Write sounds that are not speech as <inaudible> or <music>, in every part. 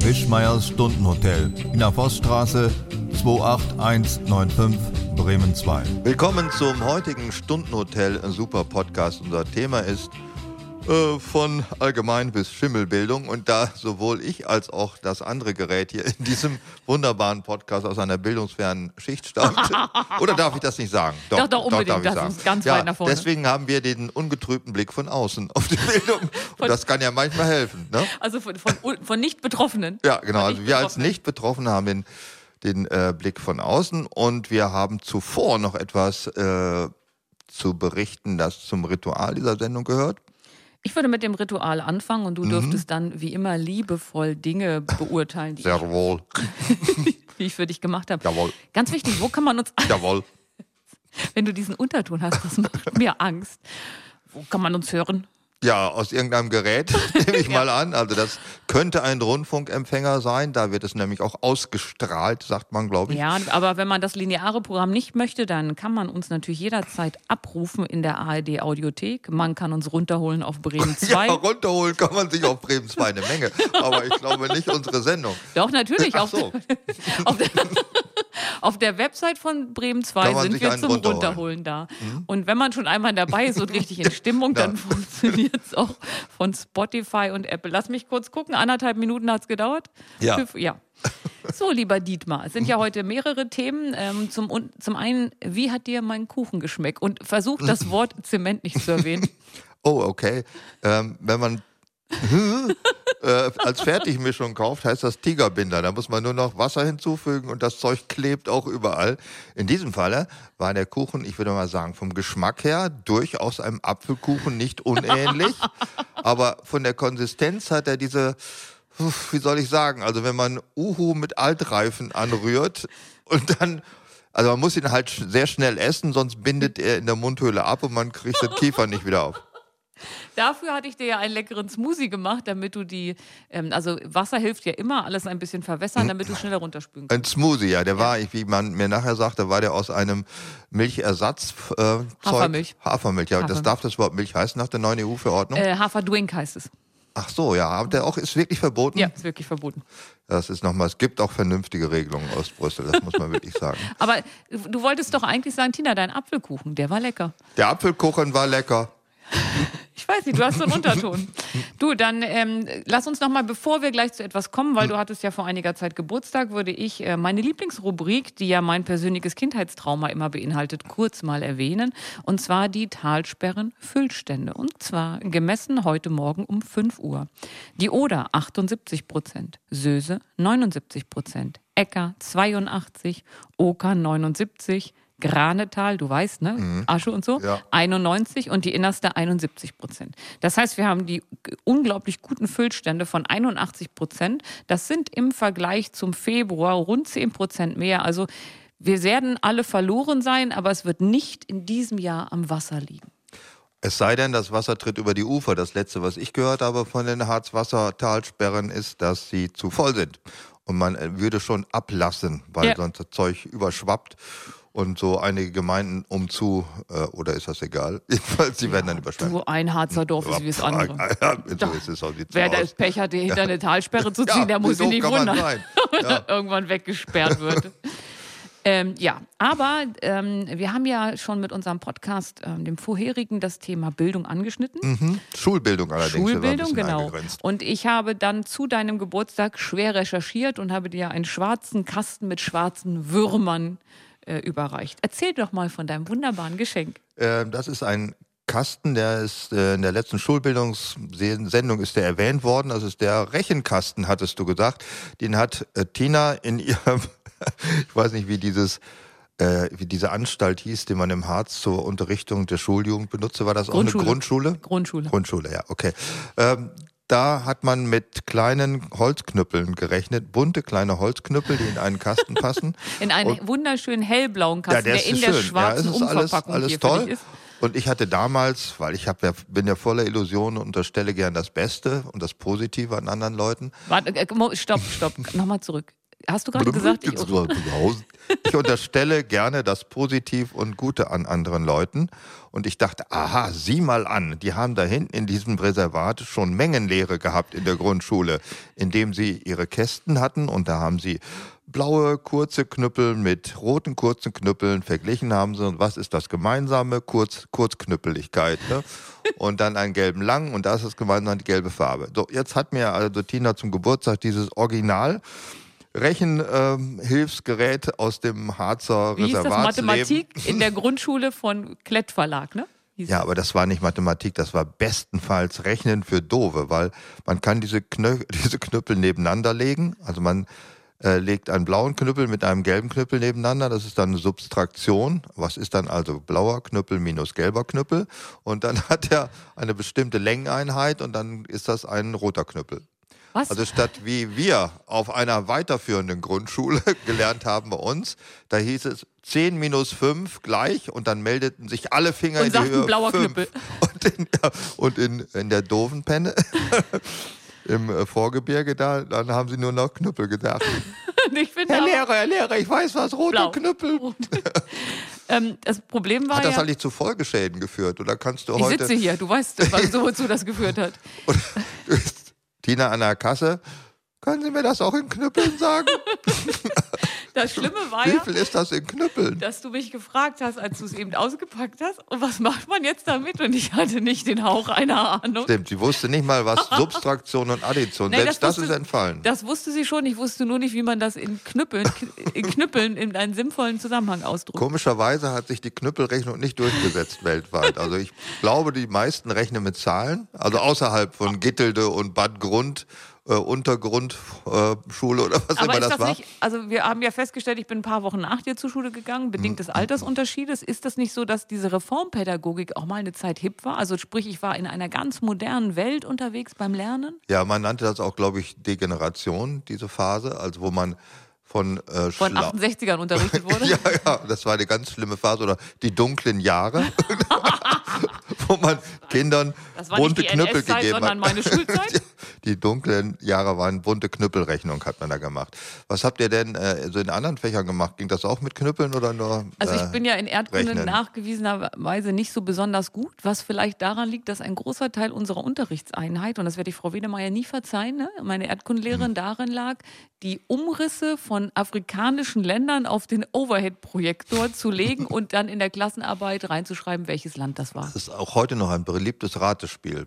Wischmeiers Stundenhotel in der Vossstraße 28195 Bremen 2. Willkommen zum heutigen Stundenhotel Super Podcast. Unser Thema ist äh, von Allgemein bis Schimmelbildung. Und da sowohl ich als auch das andere Gerät hier in diesem wunderbaren Podcast aus einer bildungsfernen Schicht <laughs> stammt. Oder darf ich das nicht sagen? Doch, doch, unbedingt. darf ich Das sagen. ist ganz ja, weit nach vorne. Deswegen haben wir den ungetrübten Blick von außen auf <laughs> die Bildung. Und das kann ja manchmal helfen. Ne? Also von, von, von Nicht-Betroffenen. Ja, genau. Von Also wir als Nicht-Betroffenen. Nicht-Betroffene haben den, den äh, Blick von außen und wir haben zuvor noch etwas äh, zu berichten, das zum Ritual dieser Sendung gehört. Ich würde mit dem Ritual anfangen und du Mhm. dürftest dann wie immer liebevoll Dinge beurteilen, die, Sehr wohl. ich, die ich für dich gemacht habe. Jawohl. Ganz wichtig, wo kann man uns, <laughs> Jawohl. wenn du diesen Unterton hast, das macht mir Angst. Wo kann man uns hören? Ja, aus irgendeinem Gerät <laughs> nehme ich mal an. Also das könnte ein Rundfunkempfänger sein. Da wird es nämlich auch ausgestrahlt, sagt man, glaube ich. Ja, aber wenn man das lineare Programm nicht möchte, dann kann man uns natürlich jederzeit abrufen in der ARD Audiothek. Man kann uns runterholen auf Bremen 2. <laughs> Ja, runterholen kann man sich auf Bremen 2 eine Menge. Aber ich glaube nicht unsere Sendung. Doch, natürlich. Ach auf, so. der, auf, der, auf der Website von Bremen Kann 2 man sind sich wir einen zum runterholen. Mhm. Runterholen, da. Und wenn man schon einmal dabei ist und richtig in Stimmung, <laughs> dann funktioniert es auch von Spotify und Apple. Lass mich kurz gucken. Anderthalb Minuten hat es gedauert. Ja. Fünf- ja. So, lieber Dietmar, es sind <laughs> ja heute mehrere Themen. Ähm, zum, un- zum einen, wie hat dir mein Kuchen geschmeckt? Und versuch <laughs> das Wort Zement nicht zu erwähnen. Oh, okay. Ähm, wenn man <laughs> äh, als Fertigmischung kauft, heißt das Tigerbinder. Da muss man nur noch Wasser hinzufügen und das Zeug klebt auch überall. In diesem Falle war der Kuchen, ich würde mal sagen, vom Geschmack her durchaus einem Apfelkuchen nicht unähnlich. aber von der Konsistenz hat er diese, uff, wie soll ich sagen, also wenn man Uhu mit Altreifen anrührt und dann. Also man muss ihn halt sch- sehr schnell essen, sonst bindet er in der Mundhöhle ab und man kriegt den Kiefer nicht wieder auf. Dafür hatte ich dir ja einen leckeren Smoothie gemacht, damit du die, ähm, also Wasser hilft ja immer, alles ein bisschen Hm. verwässern, damit du schneller runterspülen kannst. Ein Smoothie, ja. Der war, ich- wie man mir nachher sagte, war der aus einem Milchersatz. Äh, Zeug- Hafermilch. Hafermilch, ja. Das Hafermilch. darf das Wort Milch heißen nach der neuen EU-Verordnung. Äh, Haferdrink heißt es. Ach so, ja. Aber der auch ist wirklich verboten. Ja, ist wirklich verboten. Das ist nochmal, es gibt auch vernünftige Regelungen aus Brüssel, das muss man wirklich sagen. Aber du wolltest doch eigentlich sagen, Tina, dein Apfelkuchen, der war lecker. Der Apfelkuchen war lecker. Ich weiß nicht, du hast so einen Unterton. Du, dann ähm, lass uns nochmal, bevor wir gleich zu etwas kommen, weil du hattest ja vor einiger Zeit Geburtstag, würde ich äh, meine Lieblingsrubrik, die ja mein persönliches Kindheitstrauma immer beinhaltet, kurz mal erwähnen. Und zwar die Talsperren Füllstände. Und zwar gemessen heute Morgen um 5 Uhr. Die Oder 78 Prozent, Söse 79 Prozent, Ecker 82, Oker 79, Granetal, du weißt, ne? Asche und so. Ja. 91 und die innerste 71 Prozent. Das heißt, wir haben die unglaublich guten Füllstände von 81 Prozent. Das sind im Vergleich zum Februar rund 10 Prozent mehr. Also wir werden alle verloren sein, aber es wird nicht in diesem Jahr am Wasser liegen. Es sei denn, das Wasser tritt über die Ufer. Das letzte, was ich gehört habe von den Harzwassertalsperren, ist, dass sie zu voll sind. Und man äh, würde schon ablassen, weil Ja. sonst das Zeug überschwappt. Und so einige Gemeinden umzu, äh, oder ist das egal? <laughs> Jedenfalls, die werden dann überschwemmt. Du, ein Harzer Dorf ist wie das andere. <laughs> so ist es auch nicht Wer da Pech hatte, hinter eine <laughs> Talsperre zu ziehen, der muss sich nicht wundern. <laughs> wenn er irgendwann weggesperrt wird. ähm, ja, aber ähm, wir haben ja schon mit unserem Podcast, ähm, dem vorherigen, das Thema Bildung angeschnitten. Schulbildung allerdings. sind wir ein Schulbildung, bisschen genau. eingegrenzt. Und ich habe dann zu deinem Geburtstag schwer recherchiert und habe dir einen schwarzen Kasten mit schwarzen Würmern äh, überreicht. Erzähl doch mal von deinem wunderbaren Geschenk. Ähm, das ist ein Kasten, der ist äh, in der letzten Schulbildungssendung ist der erwähnt worden. Das ist der Rechenkasten, hattest du gesagt. Den hat äh, Tina in <laughs> ihrem, ich weiß nicht, wie dieses äh, wie diese Anstalt hieß, die man im Harz zur Unterrichtung der Schuljugend benutzte, war das auch eine Grundschule? Grundschule. Grundschule. Grundschule, ja, okay. Ähm, da hat man mit kleinen Holzknüppeln gerechnet, bunte kleine Holzknüppel, die in einen Kasten passen. In einen wunderschönen hellblauen Kasten, der, ist in der schön. schwarzen ja, es ist alles, Umverpackung alles hier für dich toll. ist. Und ich hatte damals, weil ich hab ja, bin ja voller Illusionen und unterstelle gern das Beste und das Positive an anderen Leuten. <laughs> Warte, äh, mo- stopp, stopp, nochmal zurück. Hast du gerade gesagt, oh, ich, ich unterstelle gerne das Positiv und Gute an anderen Leuten. Und ich dachte, aha, sieh mal an, die haben da hinten in diesem Reservat schon Mengenlehre gehabt in der Grundschule, indem sie ihre Kästen hatten und da haben sie blaue kurze Knüppel mit roten kurzen Knüppeln verglichen haben sie und was ist das gemeinsame kurz Kurzknüppeligkeit ne? und dann einen gelben langen und da ist das gemeinsame die gelbe Farbe. So jetzt hat mir also Tina zum Geburtstag dieses Original Rechenhilfsgerät aus dem Harzer wie hieß das Reservatsleben. <laughs> Mathematik in der Grundschule von Klett Verlag, ne? Hieß Ja, aber das war nicht Mathematik, das war bestenfalls Rechnen für Dove, weil man kann diese, Knö <laughs> diese Knüppel nebeneinander legen. Also man äh, legt einen blauen Knüppel mit einem gelben Knüppel nebeneinander, das ist dann eine Subtraktion. Was ist dann also blauer Knüppel minus gelber Knüppel? Und dann <laughs> hat er eine bestimmte Längeneinheit und dann ist das ein roter Knüppel. Was? Also statt wie wir auf einer weiterführenden Grundschule <laughs> gelernt haben bei uns, da hieß es 10 minus 5 gleich und dann meldeten sich alle Finger Und in die sagten Höhe blauer 5. Knüppel. <laughs> <laughs> Und in, und in, in der doofen Penne <laughs> im äh, Vorgebirge da, dann haben sie nur noch Knüppel gedacht. ich finde Herr aber, Lehrer, Herr Lehrer, ich weiß was, Blau. roter Knüppel. ähm, das Problem war Hat das ja, eigentlich zu Folgeschäden geführt? Oder kannst du ich heute sitze hier, du weißt, was, so, wozu das geführt hat. Tina an der Kasse, können Sie mir das auch in Knüppeln <laughs> sagen? Das Schlimme war Wie ja, viel ist das in Knüppeln? dass du mich gefragt hast, als du es eben ausgepackt hast, und was macht man jetzt damit? Und ich hatte nicht den Hauch einer Ahnung. Stimmt, sie wusste nicht mal, <laughs> was Subtraktion und Addition, Nee, selbst das, wusste- ist entfallen. Das wusste sie schon. Ich wusste nur nicht, wie man das in Knüppeln, in Knüppeln in einen sinnvollen Zusammenhang ausdrückt. Komischerweise hat sich die Knüppelrechnung nicht durchgesetzt weltweit. Also ich glaube, die meisten rechnen mit Zahlen, also außerhalb von Gittelde und Bad Grund, äh, Untergrundschule äh, Schule oder was Aber immer ist das, das, war. nicht, also wir haben ja festgestellt, ich bin ein paar Wochen nach dir zur Schule gegangen, Mhm, bedingt des Altersunterschiedes. Ist das nicht so, dass diese Reformpädagogik auch mal eine Zeit hip war? Also sprich, ich war in einer ganz modernen Welt unterwegs beim Lernen? Ja, man nannte das auch, glaube ich, Degeneration, diese Phase, also wo man von, äh, Von <laughs> schlau- 68ern unterrichtet wurde? Ja, ja, das war eine ganz schlimme Phase oder die dunklen Jahre, <laughs> wo man Kindern Das war bunte nicht die Knüppel NS-Zeit, gegeben sondern hat. <laughs> meine Schulzeit. Die dunklen Jahre waren bunte Knüppelrechnung, hat man da gemacht. Was habt ihr denn äh, so in anderen Fächern gemacht? Ging das auch mit Knüppeln oder nur? Also ich äh, bin ja in Erdkunde rechnen. nachgewiesenerweise nicht so besonders gut, was vielleicht daran liegt, dass ein großer Teil unserer Unterrichtseinheit, und das werde ich Frau Wedemeyer nie verzeihen, ne, meine Mhm. Erdkundelehrerin darin lag, die Umrisse von afrikanischen Ländern auf den Overhead-Projektor <laughs> zu legen und dann in der Klassenarbeit reinzuschreiben, welches Land das war. Das ist auch heute noch ein beliebtes Ratespiel.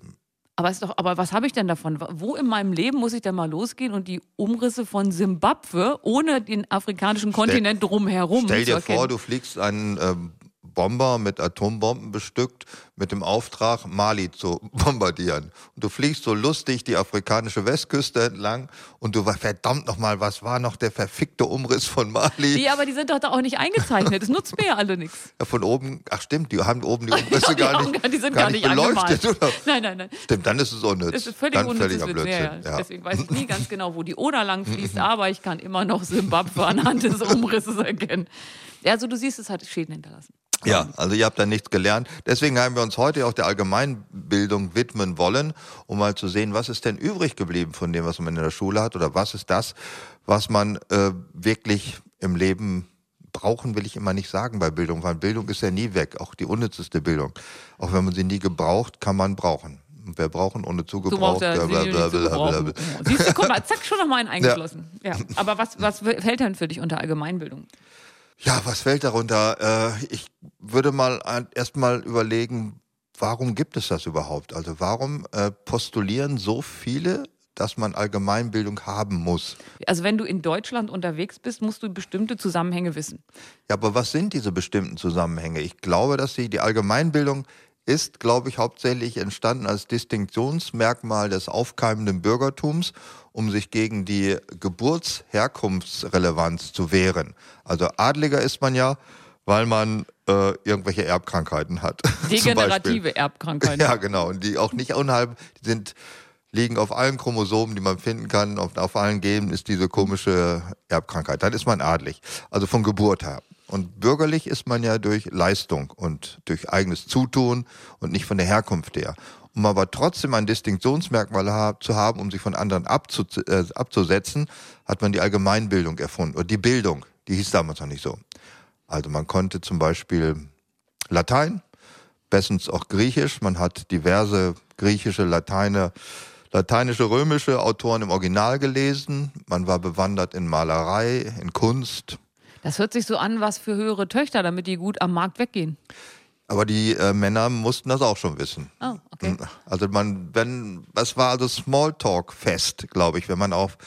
Aber, ist doch, aber was habe ich denn davon? Wo in meinem Leben muss ich denn mal losgehen und die Umrisse von Simbabwe ohne den afrikanischen Kontinent drumherum Stell Um zu dir erkennen? vor, du fliegst einen ähm, Bomber mit Atombomben bestückt mit dem Auftrag, Mali zu <laughs> bombardieren. Und du fliegst so lustig die afrikanische Westküste entlang und du war verdammt nochmal, was war noch der verfickte Umriss von Mali? die, aber die sind doch da auch nicht eingezeichnet. Das nutzt mir ja alle nichts. <laughs> Ja, Von oben, ach stimmt, die haben <laughs> oben die Umrisse Die gar Augen- nicht, die sind gar nicht beleuchtet. angemalt. Oder? <laughs> Nein, nein, nein. Stimmt, dann ist es unnütz. Das ist völlig dann unnützes völliger Wissen. Blödsinn. Ja, ja. ja. Deswegen weiß ich nie ganz genau, wo die Oder lang fließt, aber ich kann immer noch Simbabwe anhand des Umrisses erkennen. Ja, also du siehst, es hat Schäden hinterlassen. Ja, also ihr habt da nichts gelernt. Deswegen haben wir uns heute auch der Allgemeinbildung widmen wollen, um mal zu sehen, was ist denn übrig geblieben von dem, was man in der Schule hat oder was ist das, was man äh, wirklich im Leben brauchen, will ich immer nicht sagen bei Bildung, weil Bildung ist ja nie weg, auch die unnützeste Bildung. Auch wenn man sie nie gebraucht, kann man brauchen. Und wer brauchen ohne Du zugebraucht, brauchst ja blablabla, blablabla. blablabla. Oh, Siehst du, guck mal, zack, schon <laughs> nochmal einen eingeschlossen. Ja. Aber was, was fällt denn für dich unter Allgemeinbildung? Ja, was fällt darunter? Äh, ich würde mal ein- erst mal überlegen, warum gibt es das überhaupt? Also warum äh, postulieren so viele, dass man Allgemeinbildung haben muss? Also wenn du in Deutschland unterwegs bist, musst du bestimmte Zusammenhänge wissen. Ja, aber was sind diese bestimmten Zusammenhänge? Ich glaube, dass sie die Allgemeinbildung ist, glaube ich, hauptsächlich entstanden als Distinktionsmerkmal des aufkeimenden Bürgertums, um sich gegen die Geburtsherkunftsrelevanz zu wehren. Also Adliger ist man ja, weil man äh, irgendwelche Erbkrankheiten hat. <laughs> <laughs> zum Beispiel. Degenerative Erbkrankheiten. <laughs> Ja, genau. Und die auch nicht unhalb, die sind, liegen auf allen Chromosomen, die man finden kann, auf, auf allen Genen ist diese komische Erbkrankheit. Dann ist man adlig. Also von Geburt her. Und bürgerlich ist man ja durch Leistung und durch eigenes Zutun und nicht von der Herkunft her. um aber trotzdem ein Distinktionsmerkmal ha zu haben, um sich von anderen abzu äh, abzusetzen, hat man die Allgemeinbildung erfunden. Oder die Bildung, die hieß damals noch nicht so. Also man konnte zum Beispiel Latein, bestens auch Griechisch. Man hat diverse griechische, Lateine, lateinische, römische Autoren im Original gelesen. Man war bewandert in Malerei, in Kunst. Das hört sich so an, was für höhere Töchter, damit die gut am Markt weggehen. Aber die äh, Männer mussten das auch schon wissen. Oh, okay. Also man, wenn, das war also Smalltalk-Fest, glaube ich, wenn man auf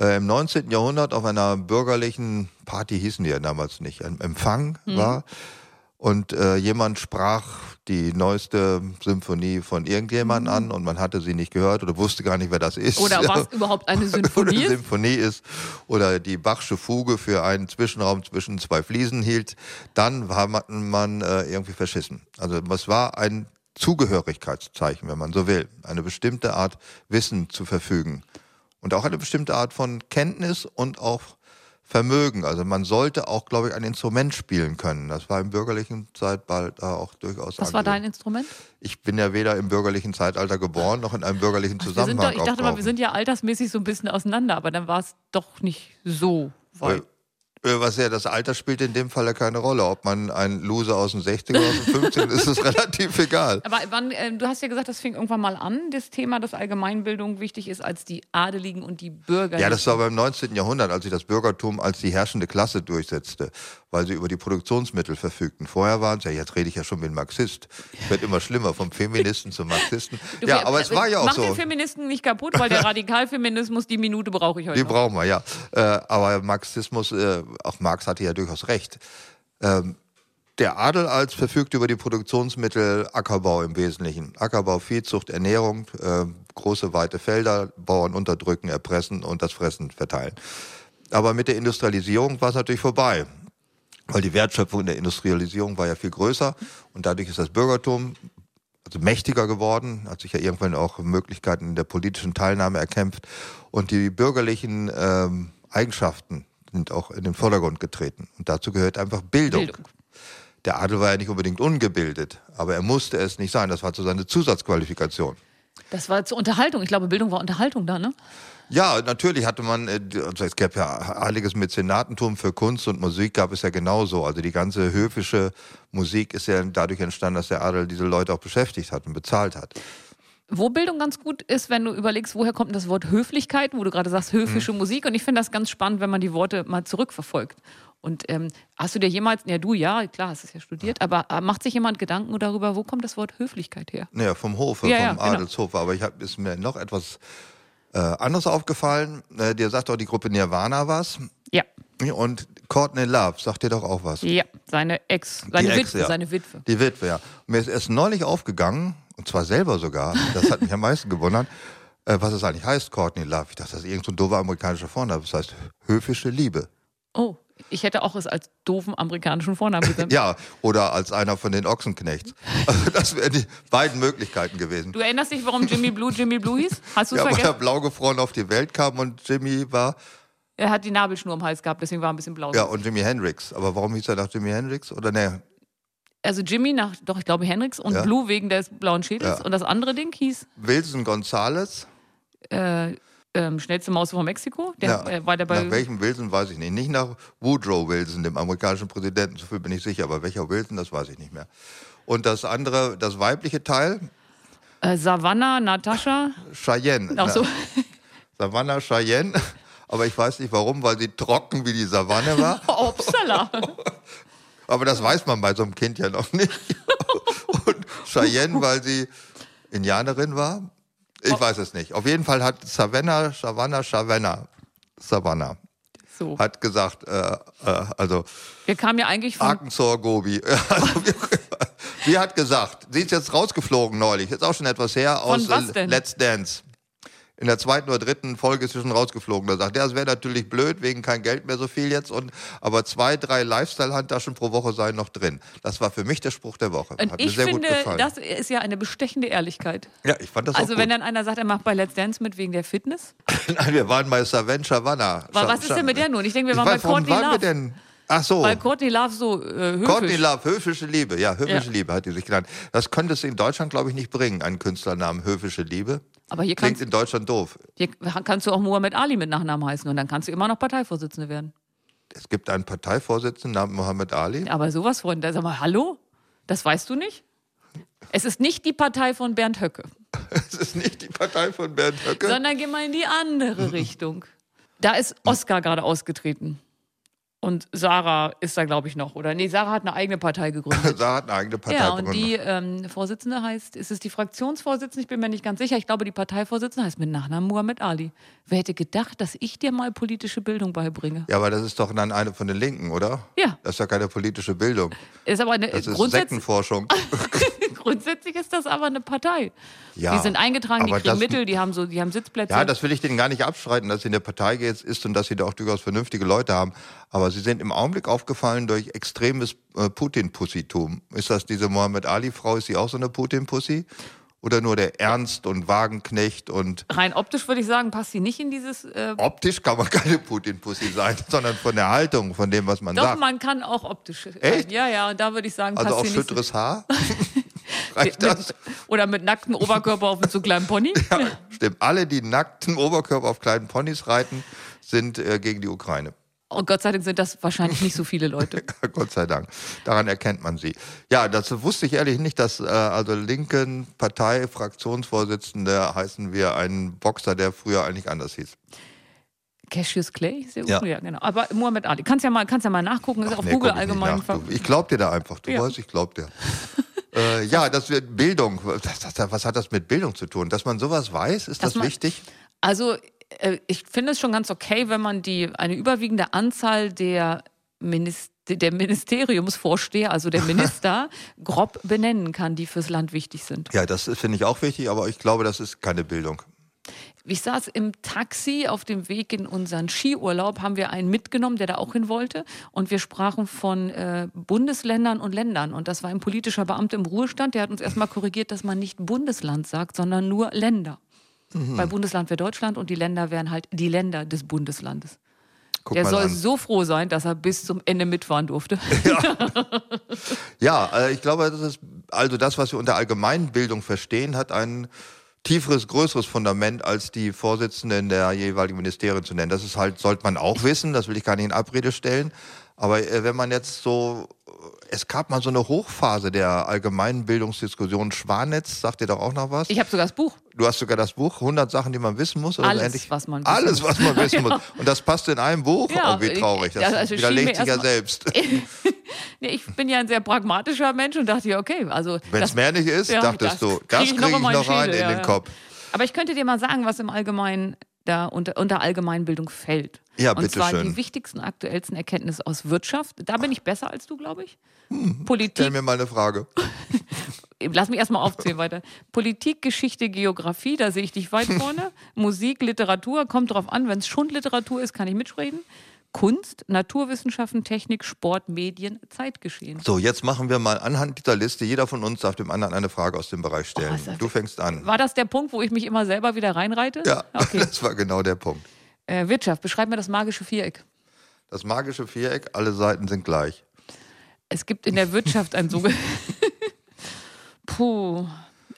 äh, im 19. Jahrhundert auf einer bürgerlichen Party hießen die ja damals nicht, ein Empfang Mhm. war und äh, jemand sprach die neueste Symphonie von irgendjemandem an und man hatte sie nicht gehört oder wusste gar nicht, wer das ist. Mhm. Oder was überhaupt eine <laughs> Sinfonie Oder ist. Symphonie ist oder die Bachsche Fuge für einen Zwischenraum zwischen zwei Fliesen hielt, dann war man, man äh, irgendwie verschissen. Also es war ein Zugehörigkeitszeichen, wenn man so will, eine bestimmte Art Wissen zu verfügen und auch eine bestimmte Art von Kenntnis und auch Vermögen. Also man sollte auch, glaube ich, ein Instrument spielen können. Das war im bürgerlichen Zeitalter auch durchaus. Was war angesehen. dein Instrument? Ich bin ja weder im bürgerlichen Zeitalter geboren noch in einem bürgerlichen Wir sind Zusammenhang. doch, ich dachte mal, wir aufgewachsen. sind ja altersmäßig so ein bisschen auseinander, aber dann war es doch nicht so weit. Äh, Was ja das Alter spielt in dem Falle keine Rolle. Ob man ein Loser aus den 60 oder aus den 15 ist, <laughs> ist relativ egal. Aber wann, äh, du hast ja gesagt, das fing irgendwann mal an, das Thema, dass Allgemeinbildung wichtig ist als die Adeligen und die Bürger. Ja, das war beim 19. Jahrhundert, als sich das Bürgertum als die herrschende Klasse durchsetzte, weil sie über die Produktionsmittel verfügten. Vorher waren es, ja, jetzt rede ich ja schon mit dem Marxist. Wird immer schlimmer, vom Feministen zum Marxisten. Du, ja, wir- aber es wir- war ja auch mach so. den Feministen nicht kaputt, <laughs> weil der Radikalfeminismus, die Minute brauche ich heute. Die noch. brauchen wir, ja. Äh, aber Marxismus, äh, auch Marx hatte ja durchaus recht. Ähm, der Adel als verfügt über die Produktionsmittel Ackerbau im Wesentlichen. Ackerbau, Viehzucht, Ernährung, äh, große weite Felder, Bauern unterdrücken, erpressen und das Fressen verteilen. Aber mit der Industrialisierung war es natürlich vorbei. Weil die Wertschöpfung der Industrialisierung war ja viel größer und dadurch ist das Bürgertum also mächtiger geworden, hat sich ja irgendwann auch Möglichkeiten der politischen Teilnahme erkämpft. Und die bürgerlichen ähm, Eigenschaften sind auch in den Vordergrund getreten. Und dazu gehört einfach Bildung. Bildung. Der Adel war ja nicht unbedingt ungebildet, aber er musste es nicht sein. Das war so seine Zusatzqualifikation. Das war zur Unterhaltung. Ich glaube, Bildung war Unterhaltung da, ne? Ja, natürlich hatte man, äh, die- also es gab ja einiges Mäzenatentum für Kunst und Musik gab es ja genauso. Also die ganze höfische Musik ist ja dadurch entstanden, dass der Adel diese Leute auch beschäftigt hat und bezahlt hat. Wo Bildung ganz gut ist, wenn du überlegst, woher kommt das Wort Höflichkeit, wo du gerade sagst, höfische Mhm. Musik. Und ich finde das ganz spannend, wenn man die Worte mal zurückverfolgt. Und ähm, hast du dir jemals, ja du, ja, klar, hast es ja studiert, aber äh, macht sich jemand Gedanken darüber, wo kommt das Wort Höflichkeit her? Naja, vom Hofe, Ja, ja, vom genau. Adelshof. Aber ich hab, ist mir noch etwas äh, anderes aufgefallen. Äh, dir sagt doch die Gruppe Nirvana was. Ja, Und Courtney Love sagt dir doch auch was. ja, seine Ex, seine Ex, Witwe, ja. seine Witwe. Die Witwe, ja. Mir ist erst neulich aufgegangen, und zwar selber sogar, das hat mich am meisten gewundert, äh, was es eigentlich heißt, Courtney Love. Ich dachte, das ist irgendein so ein doofer amerikanischer Vorname. Das heißt höfische Liebe. Oh, ich hätte auch es als doofen amerikanischen Vornamen <laughs> gesagt. Ja, oder als einer von den Ochsenknechts. <laughs> Also das wären die beiden Möglichkeiten gewesen. Du erinnerst dich, warum Jimmy Blue Jimmy Blue hieß? Hast du es Ja, weil er vergessen? blau gefroren auf die Welt kam und Jimmy war Er hat die Nabelschnur im Hals gehabt, deswegen war er ein bisschen blau. Ja, und Jimi Hendrix. Aber warum hieß er nach Jimi Hendrix? Oder ne, Also Jimmy nach, doch, ich glaube, Henriks und Ja. Blue wegen des blauen Schädels. Ja. Und das andere Ding hieß Wilson Gonzales? äh, ähm, schnellste Maus von Mexiko. Der Ja. äh, war Nach dabei. welchem Wilson weiß ich nicht. Nicht nach Woodrow Wilson, dem amerikanischen Präsidenten. So viel bin ich sicher. Aber welcher Wilson, das weiß ich nicht mehr. Und das andere, das weibliche Teil, Äh, Savannah, Natascha. Cheyenne. Auch so. <laughs> Savannah Cheyenne. <laughs> Aber ich weiß nicht warum, weil sie trocken wie die Savanne <laughs> war. Opsala. Aber das weiß man bei so einem Kind ja noch nicht. <laughs> Und Cheyenne, weil sie Indianerin war? Ich weiß es nicht. Auf jeden Fall hat Savannah, Savannah, Savannah, Savannah So. hat gesagt, äh, äh, also Wir kamen ja eigentlich von. Arkansas Gobi. <laughs> Also, wie auch immer. sie hat gesagt, sie ist jetzt rausgeflogen neulich, ist auch schon etwas her Von aus äh, was denn? Let's Dance. In der zweiten oder dritten Folge ist sie schon rausgeflogen. Da sagt er, es wäre natürlich blöd, wegen kein Geld mehr so viel jetzt. Und, aber zwei, drei Lifestyle-Handtaschen pro Woche seien noch drin. Das war für mich der Spruch der Woche. Und Hat mir ich sehr gut finde, gefallen. das ist ja eine bestechende Ehrlichkeit. ja, ich fand das Also, auch wenn gut. dann einer sagt, er macht bei Let's Dance mit wegen der Fitness. <laughs> Nein, wir waren bei Savannah Shavanna. Aber was ist denn mit der nun? Ich denke, wir Ich waren bei weiß, warum Courtney waren wir Love. denn? Ach so. Weil Courtney Love so äh, höfisch. Courtney Love, höfische Liebe, ja, höfische Ja. Liebe hat die sich genannt. Das könnte es in Deutschland, glaube ich, nicht bringen, einen Künstlernamen höfische Liebe. Aber hier Klingt kannst, in Deutschland doof. hier kannst du auch Muhammad Ali mit Nachnamen heißen und dann kannst du immer noch Parteivorsitzende werden. Es gibt einen Parteivorsitzenden namens Mohammed Ali. Aber sowas, Freunde, sag mal, hallo? Das weißt du nicht? Es ist nicht die Partei von Bernd Höcke, Das ist nicht die Partei von Bernd Höcke. sondern geh mal in die <laughs> andere Richtung. Da ist Oskar gerade ausgetreten. Und Sarah ist da, glaube ich, noch. Oder nee, Sarah hat eine eigene Partei gegründet. Sarah hat eine eigene Partei. Ja, und begründet. die ähm, Vorsitzende heißt, ist es die Fraktionsvorsitzende? Ich bin mir nicht ganz sicher. Ich glaube, die Parteivorsitzende heißt mit Nachnamen Muhammad Ali. Wer hätte gedacht, dass ich dir mal politische Bildung beibringe? ja, aber das ist doch dann eine von den Linken, oder? Ja. Das ist ja keine politische Bildung. Ist aber eine, Das ist grundsätzlich, Sektenforschung. grundsätzlich ist das aber eine Partei. Ja, die sind eingetragen, die aber kriegen das- Mittel, die haben so, die haben Sitzplätze. Ja, das will ich denen gar nicht abstreiten, dass sie in der Partei jetzt ist und dass sie da auch durchaus vernünftige Leute haben. Aber sie sind im Augenblick aufgefallen durch extremes äh, Putin-Pussitum. Ist das diese Mohammed Ali-Frau? Ist sie auch so eine Putin-Pussy? Oder nur der Ernst und Wagenknecht und Rein optisch würde ich sagen, passt sie nicht in dieses. Äh, optisch kann man keine Putin-Pussy sein, <laughs> sondern von der Haltung, von dem, was man doch, sagt. man kann auch optisch. äh, Echt? Ja, ja, und da würde ich sagen, also passt auch sie nicht. schütteres Haar? <laughs> Reicht das? <laughs> mit, oder mit nacktem Oberkörper auf einem zu kleinen <laughs> Pony. Stimmt. Alle, die nackten Oberkörper auf kleinen Ponys reiten, sind äh, gegen die Ukraine. Und Gott sei Dank sind das wahrscheinlich nicht so <laughs> viele Leute. Gott sei Dank. Daran erkennt man sie. Ja, das wusste ich ehrlich nicht, dass äh, also linken Partei-Fraktionsvorsitzende heißen wir einen Boxer, der früher eigentlich anders hieß. Cassius Clay, sehr Ja. ja. ja, genau. Aber Muhammad Ali, kannst ja mal, kannst ja mal nachgucken, ist auf Nee, Google guck ich nicht allgemein. nach, du. Ich glaub dir da einfach. Du Ja. weißt, ich glaub <laughs> dir. äh, ja, das wird Bildung. Das, das, was hat das mit Bildung zu tun? Dass man sowas weiß, ist das Dass man- wichtig? Also, äh, ich finde es schon ganz okay, wenn man die eine überwiegende Anzahl der, Minis- der Ministeriumsvorsteher, also <laughs> der Minister, grob benennen kann, die fürs Land wichtig sind. Ja, das ist- finde ich auch wichtig, aber ich glaube, das ist keine Bildung. Ich saß im Taxi auf dem Weg in unseren Skiurlaub, haben wir einen mitgenommen, der da auch hin wollte. Und wir sprachen von äh, Bundesländern und Ländern. Und das war ein politischer Beamter im Ruhestand, der hat uns erstmal korrigiert, dass man nicht Bundesland sagt, sondern nur Länder. Mhm. Weil Bundesland wäre Deutschland und die Länder wären halt die Länder des Bundeslandes. Guck Der mal soll an. so froh sein, dass er bis zum Ende <laughs> mitfahren durfte. Ja, also ich glaube, das ist also das, was wir unter Allgemeinbildung verstehen, hat ein tieferes, größeres Fundament als die Vorsitzenden der jeweiligen Ministerien zu nennen. Das ist halt, sollte man auch wissen, das will ich gar nicht in Abrede stellen. Aber äh, wenn man jetzt so, äh, es gab mal so eine Hochphase der allgemeinen Bildungsdiskussion. Schwanetz, sagt ihr doch auch noch was? Ich habe sogar das Buch. Du hast sogar das Buch, 100 Sachen, die man wissen muss. Oder Alles, so ähnlich? was man wissen Alles, muss. was man wissen Ja. <laughs> muss. Und das passt in einem Buch? Ja, oh, wie ich- traurig. Das also, also schien mir widerlegt sich ja erstmal- selbst. Nee, ich bin ja ein sehr pragmatischer Mensch und dachte, ja, okay, also. Wenn es das- mehr nicht ist, Ja, dachtest das du, krieg das ich kriege noch ich in meinen noch rein Schädel, in ja, den ja. Kopf. Aber ich könnte dir mal sagen, was im Allgemeinen da unter, unter Allgemeinbildung fällt. Ja, Und zwar bitteschön. die wichtigsten, aktuellsten Erkenntnisse aus Wirtschaft. Da bin ich besser als du, glaube ich. Hm, Stell Politik, Äh, mir mal eine Frage. lass mich erstmal aufzählen weiter. Politik, Geschichte, Geografie, da sehe ich dich weit <laughs> vorne. Musik, Literatur, kommt drauf an, wenn es Schundliteratur ist, kann ich mitreden. Kunst, Naturwissenschaften, Technik, Sport, Medien, Zeitgeschehen. So, jetzt machen wir mal anhand dieser Liste, jeder von uns darf dem anderen eine Frage aus dem Bereich stellen. Oh, ist das- du fängst an. War das der Punkt, wo ich mich immer selber wieder reinreite? Ja, <laughs> Okay. das war genau der Punkt. Äh, Wirtschaft, beschreib mir das magische Viereck. Das magische Viereck, alle Seiten sind gleich. Es gibt in der Wirtschaft ein sogenanntes. Puh.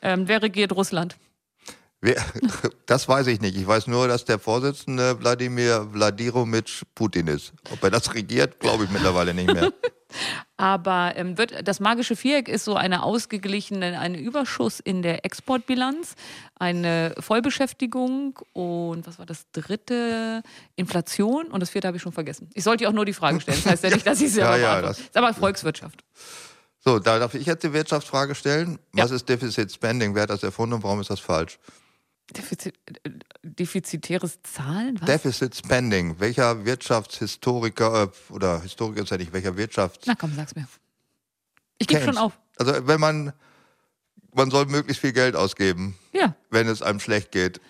Ähm, wer regiert Russland? Wer, <laughs> das weiß ich nicht. Ich weiß nur, dass der Vorsitzende Wladimir Wladiromitsch Putin ist. Ob er das regiert, glaube ich mittlerweile nicht <laughs> mehr. Aber ähm, wird, das magische Viereck ist so eine ausgeglichene, ein Überschuss in der Exportbilanz, eine Vollbeschäftigung und was war das dritte? Inflation und das vierte habe ich schon vergessen. Ich sollte dir auch nur die Frage stellen. Das heißt ja nicht, dass ich <laughs> selber Ja, ja, ja, das- Ist aber Volkswirtschaft. So, da darf ich jetzt die Wirtschaftsfrage stellen. Ja. Was ist Deficit Spending? Wer hat das erfunden und warum ist das falsch? Defizit, äh, defizitäres Zahlen? Was? Deficit Spending. Welcher Wirtschaftshistoriker äh, oder Historiker ist ja nicht, welcher Wirtschafts Na komm, sag's mir. Ich gebe schon Kennt's. auf. Also wenn man man soll möglichst viel Geld ausgeben, Ja, wenn es einem schlecht geht.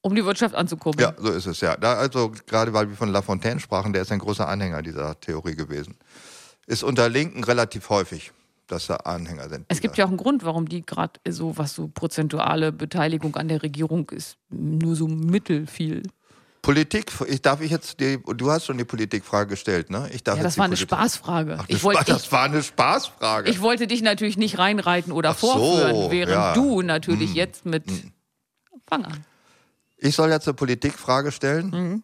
um die Wirtschaft anzukurbeln. Ja, so ist es ja. Da, also gerade weil wir von Lafontaine sprachen, der ist ein großer Anhänger dieser Theorie gewesen. Ist unter Linken relativ häufig, dass da Anhänger sind. Es gibt dieser- ja auch einen Grund, warum die gerade so, was so prozentuale Beteiligung an der Regierung ist, nur so mittelfiel. Politik, ich darf ich jetzt, die, du hast schon die Politikfrage gestellt, ne? Ich darf Ja, jetzt das die war eine Politik- Spaßfrage. Ach, das, war, ich, wollte, ich, das war eine Spaßfrage. ich wollte dich natürlich nicht reinreiten oder so, vorführen, während ja. Hm. du natürlich jetzt mit. Fang an. Ich soll jetzt eine Politikfrage stellen. Mhm.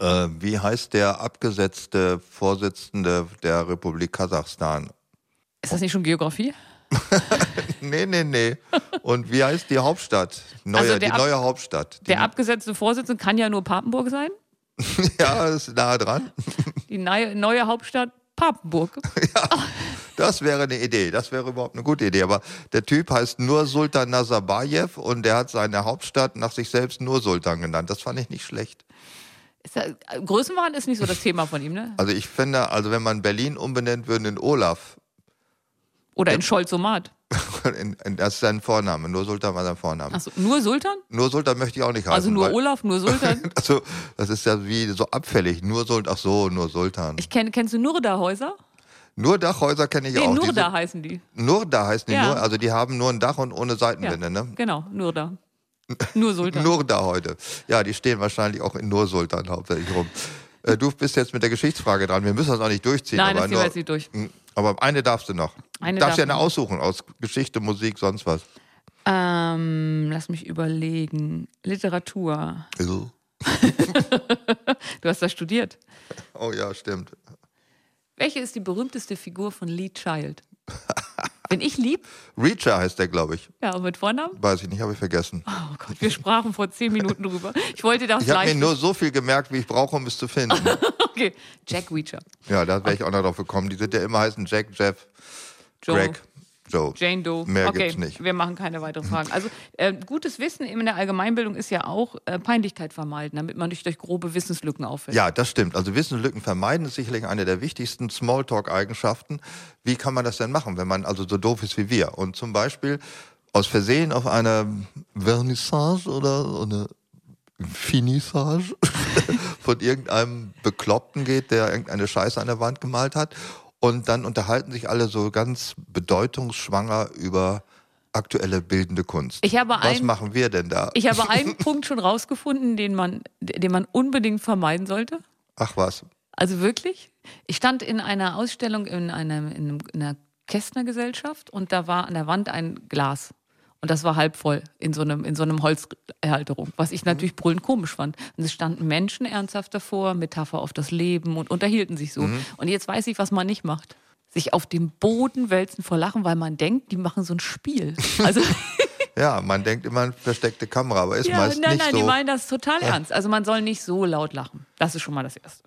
Äh, wie heißt der abgesetzte Vorsitzende der Republik Kasachstan? <laughs> Ist das nicht schon Geografie? Nee, nee, nee. Und wie heißt die Hauptstadt? Neue, Also die der Ab- neue Hauptstadt. Die, Der abgesetzte Vorsitzende kann ja nur Papenburg sein. <laughs> ja, ist nahe dran. Die neue, neue Hauptstadt Papenburg. Das wäre eine Idee. Das wäre überhaupt eine gute Idee. Aber der Typ heißt nur Sultan Nazarbayev und der hat seine Hauptstadt nach sich selbst nur Sultan genannt. Das fand ich nicht schlecht. Ist ja, äh, Größenwahn ist nicht so das Thema von ihm, ne? Also ich finde, also wenn man Berlin umbenennt würde in Olaf, <laughs> Oder in Scholzomat. in, in, das ist sein Vorname. Nur Sultan war sein Vorname. Achso, nur Sultan? Nur Sultan möchte ich auch nicht heißen. Also nur weil- Olaf, <laughs> nur Sultan? Also, das ist ja wie so abfällig. Nur Sultan, ach so, nur Sultan. Ich kenn, kennst du Nurda-Häuser? nur Dachhäuser kenne ich Nee, auch. Die Nurda heißen die. sind- Nurda heißen die Ja. nur, also die haben nur ein Dach und ohne Ja, Seitenwände, ne? Genau, Nurda. Nur Sultan. Nurda heute. Ja, die stehen wahrscheinlich auch in Nur Sultan hauptsächlich rum. Äh, Du bist jetzt mit der Geschichtsfrage dran. Wir müssen das auch nicht durchziehen. Nein, aber das Thema ist nicht durch. Hm, Aber eine darfst du noch. Eine darfst darf ja eine ich. aussuchen aus Geschichte, Musik, sonst was. Ähm, lass mich überlegen. Literatur. Ew. Du hast das studiert. Oh ja, stimmt. Welche ist die berühmteste Figur von Lee Child? <laughs> Bin ich lieb? Reacher heißt der, glaube ich. Ja, und mit Vornamen? Weiß ich nicht, habe ich vergessen. Oh Gott, wir sprachen vor zehn Minuten drüber. Ich wollte das Ich habe mir gleich. nur so viel gemerkt, wie ich brauche, um es zu finden. Okay. Jack Reacher. Ja, da wäre ich auch noch drauf gekommen. Die sind ja immer heißen Jack, Jeff, Joe. Greg, Joe. Jane Doe. Mehr okay, gibt's nicht. wir machen keine weiteren Fragen. Also äh, gutes Wissen in der Allgemeinbildung ist ja auch äh, Peinlichkeit vermeiden, damit man nicht durch grobe Wissenslücken auffällt. Ja, das stimmt. Also Wissenslücken vermeiden ist sicherlich eine der wichtigsten Smalltalk-Eigenschaften. Wie kann man das denn machen, wenn man also so doof ist wie wir? Und zum Beispiel aus Versehen auf einer Vernissage oder so eine Finissage <laughs> von irgendeinem Bekloppten geht, der irgendeine Scheiße an der Wand gemalt hat. Und dann unterhalten sich alle so ganz bedeutungsschwanger über aktuelle bildende Kunst. Ich habe Was einen- machen wir denn da? Ich habe einen <laughs> Punkt schon rausgefunden, den man, den man unbedingt vermeiden sollte. Ach was. Also wirklich? Ich stand in einer Ausstellung in, einem, in, einem, in einer Kästnergesellschaft und da war an der Wand ein Glas. Und das war halb voll in so einem, in so einem Holzerhalterung, was Mhm. ich natürlich brüllend komisch fand. Und es standen Menschen ernsthaft davor, Metapher auf das Leben und unterhielten sich so. Mhm. Und jetzt weiß ich, was man nicht macht. Sich auf dem Boden wälzen vor Lachen, weil man denkt, die machen so <laughs> ein Spiel. Also Ja, man denkt immer an versteckte Kamera, aber ist <laughs> ja, meist nein, nicht nein, so. die meinen das total ernst. Also man soll nicht so laut lachen. Das ist schon mal das Erste.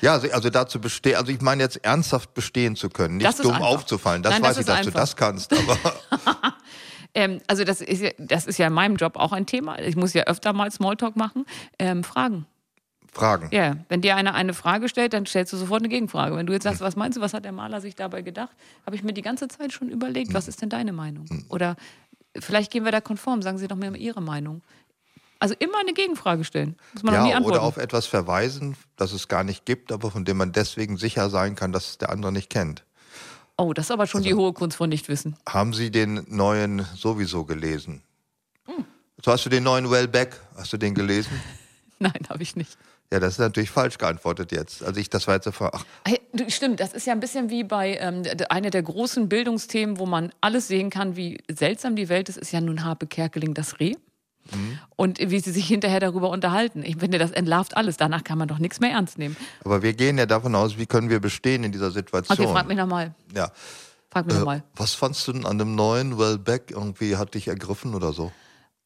Ja, also- also dazu bestehen, also ich meine jetzt ernsthaft bestehen zu können, nicht Das ist dumm einfach. aufzufallen. Das Nein, das weiß ich, ist dass du einfach. das kannst, <laughs> aber Ähm, also das ist, ja- das ist ja in meinem Job auch ein Thema. Ich muss ja öfter mal Smalltalk machen. Ähm, Fragen. Fragen. Ja, wenn dir einer eine Frage stellt, dann stellst du sofort eine Gegenfrage. Wenn du jetzt sagst, was meinst du, was hat der Maler sich dabei gedacht, habe ich mir die ganze Zeit schon überlegt, was ist denn deine Meinung? Oder vielleicht gehen wir da konform, sagen Sie doch mir mal Ihre Meinung. Also immer eine Gegenfrage stellen. Muss man auch nie Ja, antworten. oder auf etwas verweisen, das es gar nicht gibt, aber von dem man deswegen sicher sein kann, dass es der andere nicht kennt. oh, das ist aber schon Also die hohe Kunst von Nichtwissen. <laughs> Haben Sie den neuen sowieso gelesen? Hm. So hast du den neuen Wellback, hast du den gelesen? Nein, habe ich nicht. Ja, das ist natürlich falsch geantwortet jetzt. Also ich, das war jetzt eine Frage. Ach, Hey, du- Stimmt, das ist ja ein bisschen wie bei ähm, d- einer der großen Bildungsthemen, wo man alles sehen kann, wie seltsam die Welt ist, ist ja nun Harpe Kerkeling das Reh. Mhm. Und wie sie sich hinterher darüber unterhalten. Ich finde, das entlarvt alles. Danach kann man doch nichts mehr ernst nehmen. aber wir gehen ja davon aus, wie können wir bestehen in dieser Okay, Situation? frag mich nochmal. ja. Frag mich Äh, nochmal. was fandst du denn an dem neuen Wellback? Irgendwie hat dich ergriffen oder so?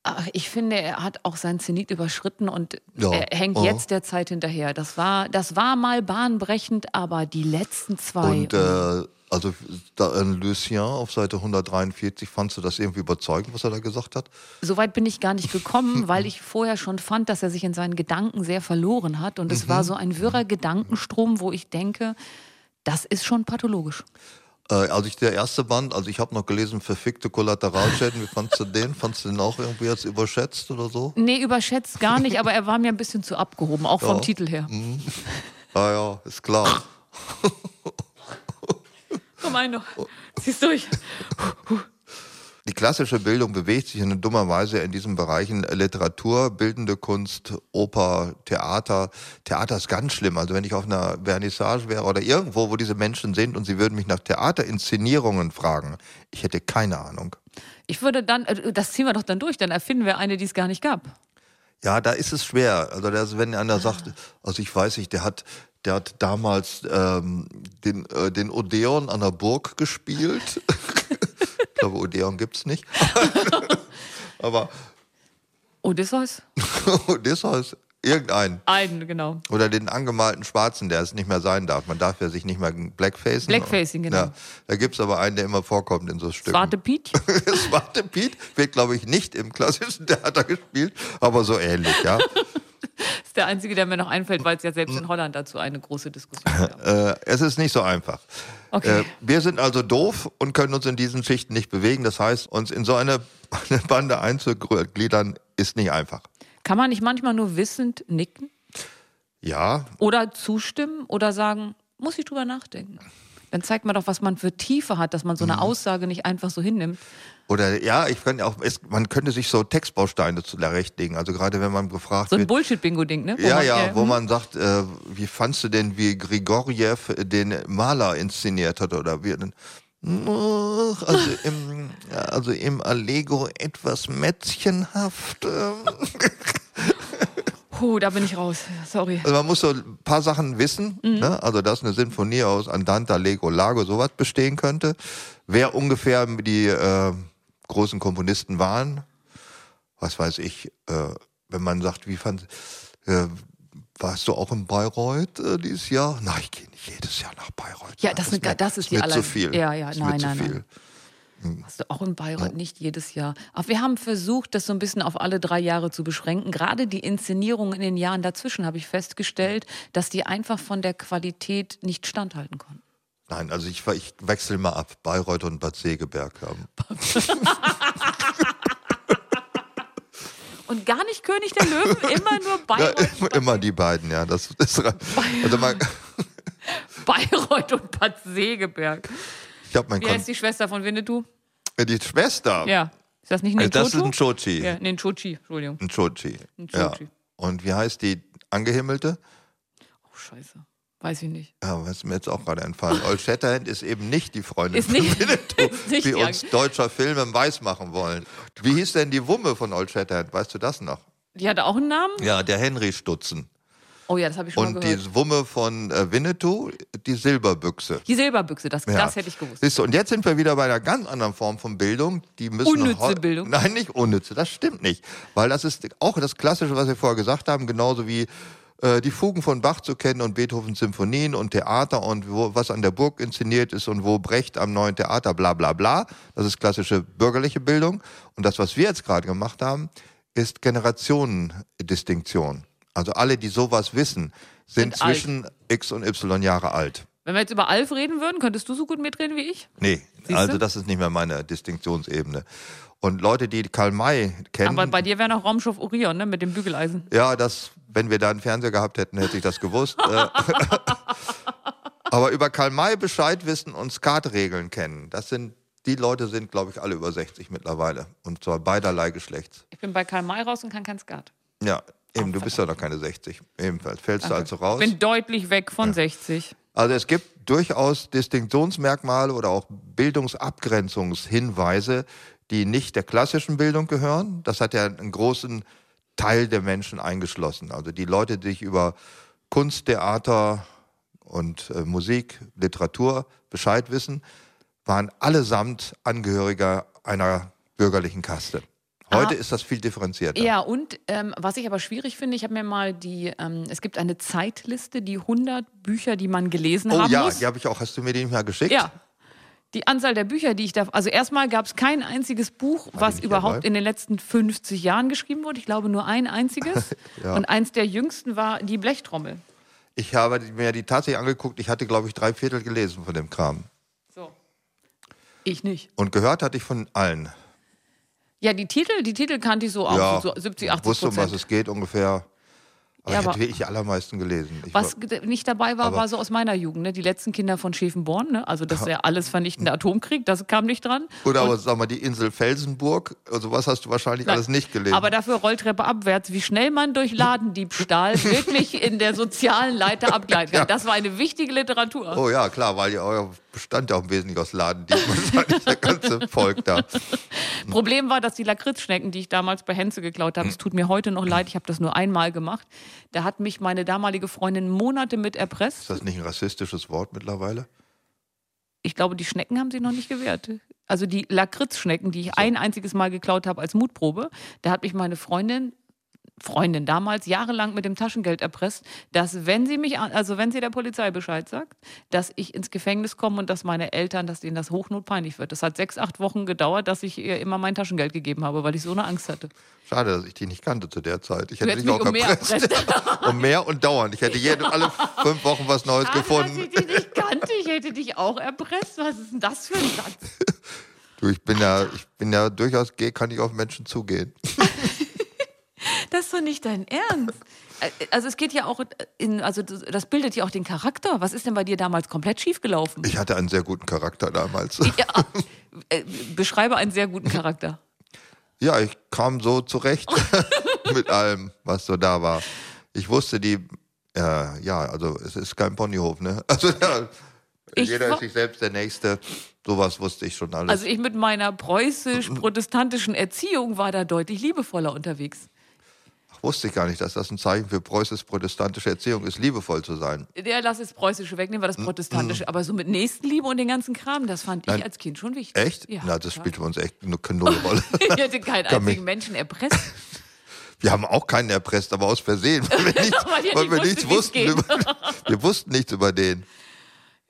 Ach, Ich finde, er hat auch seinen Zenit überschritten und Ja. er hängt Ja. jetzt der Zeit hinterher. Das war, das war mal bahnbrechend, aber die letzten zwei. Und äh, also da, äh, Lucien auf Seite 143, fandst du das irgendwie überzeugend, was er da gesagt hat? Soweit bin ich gar nicht <laughs> gekommen, weil ich vorher schon fand, dass er sich in seinen Gedanken sehr verloren hat. Und es Mhm. war so ein wirrer Gedankenstrom, wo ich denke, das ist schon pathologisch. Äh, also ich, der erste Band, also ich habe noch gelesen, verfickte Kollateralschäden, wie fandst du den? Fandst du den auch irgendwie jetzt überschätzt oder so? Nee, überschätzt gar nicht, aber er war mir ein bisschen zu abgehoben, auch vom Ja. Mhm. Titel her. Ah ja, ist klar. Oh. Komm ein noch. Zieh's durch. die klassische Bildung bewegt sich in dummer Weise in diesen Bereichen Literatur, bildende Kunst, Oper, Theater. Theater ist ganz schlimm. Also wenn ich auf einer Vernissage wäre oder irgendwo, wo diese Menschen sind und sie würden mich nach Theaterinszenierungen fragen, ich hätte keine Ahnung. Ich würde dann, äh, das ziehen wir doch dann durch, dann erfinden wir eine, die es gar nicht gab. Ja, da ist es schwer. Also das, wenn Ah. einer sagt, also ich weiß nicht, der hat, der hat damals ähm, den, äh, den Odeon an der Burg gespielt. ich glaube, Odeon gibt's <laughs> nicht. Aber <laughs> Odysseus? Odysseus, irgendein. Einen, genau. Oder den angemalten Schwarzen, der es nicht mehr sein darf. Man darf ja sich nicht mehr blackfacen. Blackfacing, genau. Ja, da gibt's aber einen, der immer vorkommt in so Stücken. <laughs> Zwarte Piet? Das Warte Piet wird, glaube ich, nicht im klassischen Theater gespielt, aber so ähnlich, ja. ist der einzige, der mir noch einfällt, weil es ja selbst in Holland dazu eine große Diskussion <laughs> gab. Äh, es ist nicht so einfach. Okay. Äh, wir sind also doof und können uns in diesen Schichten nicht bewegen. Das heißt, uns in so eine, <laughs> eine Bande einzugliedern, ist nicht einfach. Kann man nicht manchmal nur wissend nicken Ja, oder zustimmen oder sagen, muss ich drüber nachdenken? Dann zeigt man doch, was man für Tiefe hat, dass man Mhm. so eine Aussage nicht einfach so hinnimmt. oder ja, ich könnte auch, es, man könnte sich so Textbausteine zurechtlegen. Also gerade wenn man gefragt So ein wird, Bullshit-Bingo-Ding, ne? Wo Ja, man, ja, äh, wo man sagt, äh, wie fandst du denn, wie Grigorjew den Maler inszeniert hat oder wie er denn? "Ach, Also im, ja, also im Allego etwas mätzchenhaft. ähm." Puh, da bin ich raus. Sorry. Also man muss so ein paar Sachen wissen, Mhm. ne? also dass eine Sinfonie aus Andante, Allego, Largo sowas bestehen könnte. Wer ungefähr die äh, großen Komponisten waren, was weiß ich, äh, wenn man sagt, wie fand, äh, warst du auch in Bayreuth äh, dieses Jahr? Na, ich gehe nicht jedes Jahr nach Bayreuth. Ja, das, sind, mir- das ist die mir aller. zu viel. Ja, ja, Ist mir nein, zu nein, viel. nein. Hast du auch in Bayreuth oh. nicht jedes Jahr. Aber wir haben versucht, das so ein bisschen auf alle drei Jahre zu beschränken. Gerade die Inszenierung in den Jahren dazwischen habe ich festgestellt, dass die einfach von der Qualität nicht standhalten konnten. Nein, also ich, ich wechsle mal ab. Bayreuth und Bad Segeberg haben. Und gar nicht König der Löwen, immer nur <laughs> Ja, Bayreuth, immer die beiden, ja. Das ist, <laughs> also man, Bayreuth und Bad Segeberg. ich habe mein Wie Kon- heißt die Schwester von Winnetou? Die Schwester. Also Ja. Ist das nicht Ninchotu? das Hm. ist ein Chochi. ja, nee, ein Chochi, Entschuldigung. Ein Chochi. Ein Ja. Chochi. Und wie heißt die Angehimmelte? Oh, scheiße. Weiß ich nicht. Ja, was ist mir jetzt auch gerade entfallen. Old Shatterhand ist eben nicht die Freundin Ist von nicht- Winnetou, ist <laughs> <laughs> nicht wie die uns deutscher Filme weismachen wollen. Wie hieß denn die Wumme von Old Shatterhand? Weißt du das noch? Die hatte auch einen Namen? Ja, der Henry Stutzen. Oh ja, das habe ich schon mal Und gehört. die Wumme von äh, Winnetou, die Silberbüchse. Die Silberbüchse, das, Ja. das hätte ich gewusst. Siehst du, und jetzt sind wir wieder bei einer ganz anderen Form von Bildung. Die müssen Unnütze heu- Bildung. Nein, nicht unnütze, das stimmt nicht. Weil das ist auch das Klassische, was wir vorher gesagt haben, genauso wie äh, die Fugen von Bach zu kennen und Beethovens Symphonien und Theater und wo, was an der Burg inszeniert ist und wo Brecht am neuen Theater, bla bla bla. Das ist klassische bürgerliche Bildung. Und das, was wir jetzt gerade gemacht haben, ist Generationendistinktion. Also alle, die sowas wissen, sind, Sind alt. zwischen X und Y Jahre alt. Wenn wir jetzt über Alf reden würden, könntest du so gut mitreden wie ich? Nee, Siehste? also das ist nicht mehr meine Distinktionsebene. Und Leute, die Karl May kennen, Aber bei dir wäre noch Raumschiff Orion, ne, mit dem Bügeleisen. ja, das, wenn wir da einen Fernseher gehabt hätten, hätte ich das gewusst. <laughs> Äh, Aber über Karl May Bescheid wissen und Skatregeln kennen, das sind, die Leute sind, glaube ich, alle über 60 mittlerweile. Und zwar beiderlei Geschlechts. Ich bin bei Karl May raus und kann kein Skat. Ja, eben, du bist ja noch keine 60. Ebenfalls. Fällst du also raus? Ich bin deutlich weg von 60. Also es gibt durchaus Distinktionsmerkmale oder auch Bildungsabgrenzungshinweise, die nicht der klassischen Bildung gehören. Das hat ja einen großen Teil der Menschen eingeschlossen. Also die Leute, die sich über Kunst, Theater und äh, Musik, Literatur Bescheid wissen, waren allesamt Angehöriger einer bürgerlichen Kaste. Heute ist das viel differenzierter. Ah. Ja, und ähm, was ich aber schwierig finde, ich habe mir mal die, ähm, es gibt eine Zeitliste, die 100 Bücher, die man gelesen oh haben ja, muss. die habe ich auch. Hast du mir die nicht mal geschickt? Ja. Die Anzahl der Bücher, die ich da. Also, erstmal gab es kein einziges Buch, was nicht überhaupt dabei? in den letzten 50 Jahren geschrieben wurde. Ich glaube, nur <laughs> ein einziges. Und eins der jüngsten war Die Blechtrommel. Ich habe mir die tatsächlich angeguckt. Ich hatte, glaube ich, drei Viertel gelesen von dem Kram. So. Ich nicht. Und gehört hatte ich von allen. Ja, die Titel, die Titel kannte ich so auch. so 70, 80 wusste, um was Prozent. es geht ungefähr. Aber Ja, die aber- hätte ich allermeisten gelesen. Ich Was war- ge- nicht dabei war, aber- war so aus meiner Jugend, ne? Die letzten Kinder von Schäfenborn, ne? Also das ja alles vernichtende Atomkrieg, das kam nicht dran. Oder aber sag mal, die Insel Felsenburg, also was hast du wahrscheinlich alles nicht gelesen. Aber dafür Rolltreppe abwärts, wie schnell man durch Ladendiebstahl <laughs> wirklich in der sozialen Leiter abgleiten kann. Ja. Das war eine wichtige Literatur. oh ja, klar, weil ihr euer bestand ja auch im Wesentlichen aus Ladendieben, <laughs> wahrscheinlich der ganze Volk da. Problem war, dass die Lakritzschnecken, die ich damals bei Henze geklaut habe, es tut mir heute noch leid, ich habe das nur einmal gemacht. Da hat mich meine damalige Freundin Monate mit erpresst. Ist das nicht ein rassistisches Wort mittlerweile? Ich glaube, die Schnecken haben sie noch nicht gewehrt. Also die Lakritzschnecken, die ich ein einziges Mal geklaut habe als Mutprobe, da hat mich meine Freundin Freundin damals jahrelang mit dem Taschengeld erpresst, dass wenn sie mich, an- also wenn sie der Polizei Bescheid sagt, dass ich ins Gefängnis komme und dass meine Eltern, dass denen das hochnotpeinlich wird. Das hat sechs, acht Wochen gedauert, dass ich ihr immer mein Taschengeld gegeben habe, weil ich so eine Angst hatte. Schade, dass ich die nicht kannte zu der Zeit. Ich Du hätte hättest dich auch mich um mehr erpresst. um mehr und dauernd. Ich hätte jede, alle fünf Wochen was Neues <laughs> Dass <laughs> gefunden. ich dich nicht kannte, ich hätte dich auch erpresst. Was ist denn das für ein Satz? Du, ich bin ja, ich bin ja durchaus gay, kann ich auf Menschen zugehen. Das ist doch nicht dein Ernst. Äh, Also es geht ja auch, in, also das das bildet ja auch den Charakter. Was ist denn bei dir damals komplett schiefgelaufen? Ich hatte einen sehr guten Charakter damals. Ja, äh, beschreibe einen sehr guten Charakter. Ja, ich kam so <laughs> zurecht mit allem, was so da war. Ich wusste die, äh, ja, also es ist kein Ponyhof, ne? <laughs> Also ja, Ich jeder wa- ist sich selbst der Nächste. Sowas wusste ich schon alles. Also ich mit meiner preußisch-protestantischen Erziehung war da deutlich liebevoller unterwegs. wusste ich gar nicht, dass das ein Zeichen für preußisch-protestantische Erziehung ist, liebevoll zu sein. Der lass das Preußische wegnehmen, war das Protestantische. Aber so mit Nächstenliebe und den ganzen Kram, das fand Mm, Nein. ich als Kind schon wichtig. Echt? Ja. Na, das spielt für uns echt eine null Rolle. <laughs> ich hätte keinen Kann mich- einzigen Menschen erpresst. Wir haben auch keinen erpresst, aber aus Versehen, weil <laughs> wir nichts, Weil ihr weil nicht wir nichts wusstet, wie's wussten. geht. Über, <laughs> wir wussten nichts über den.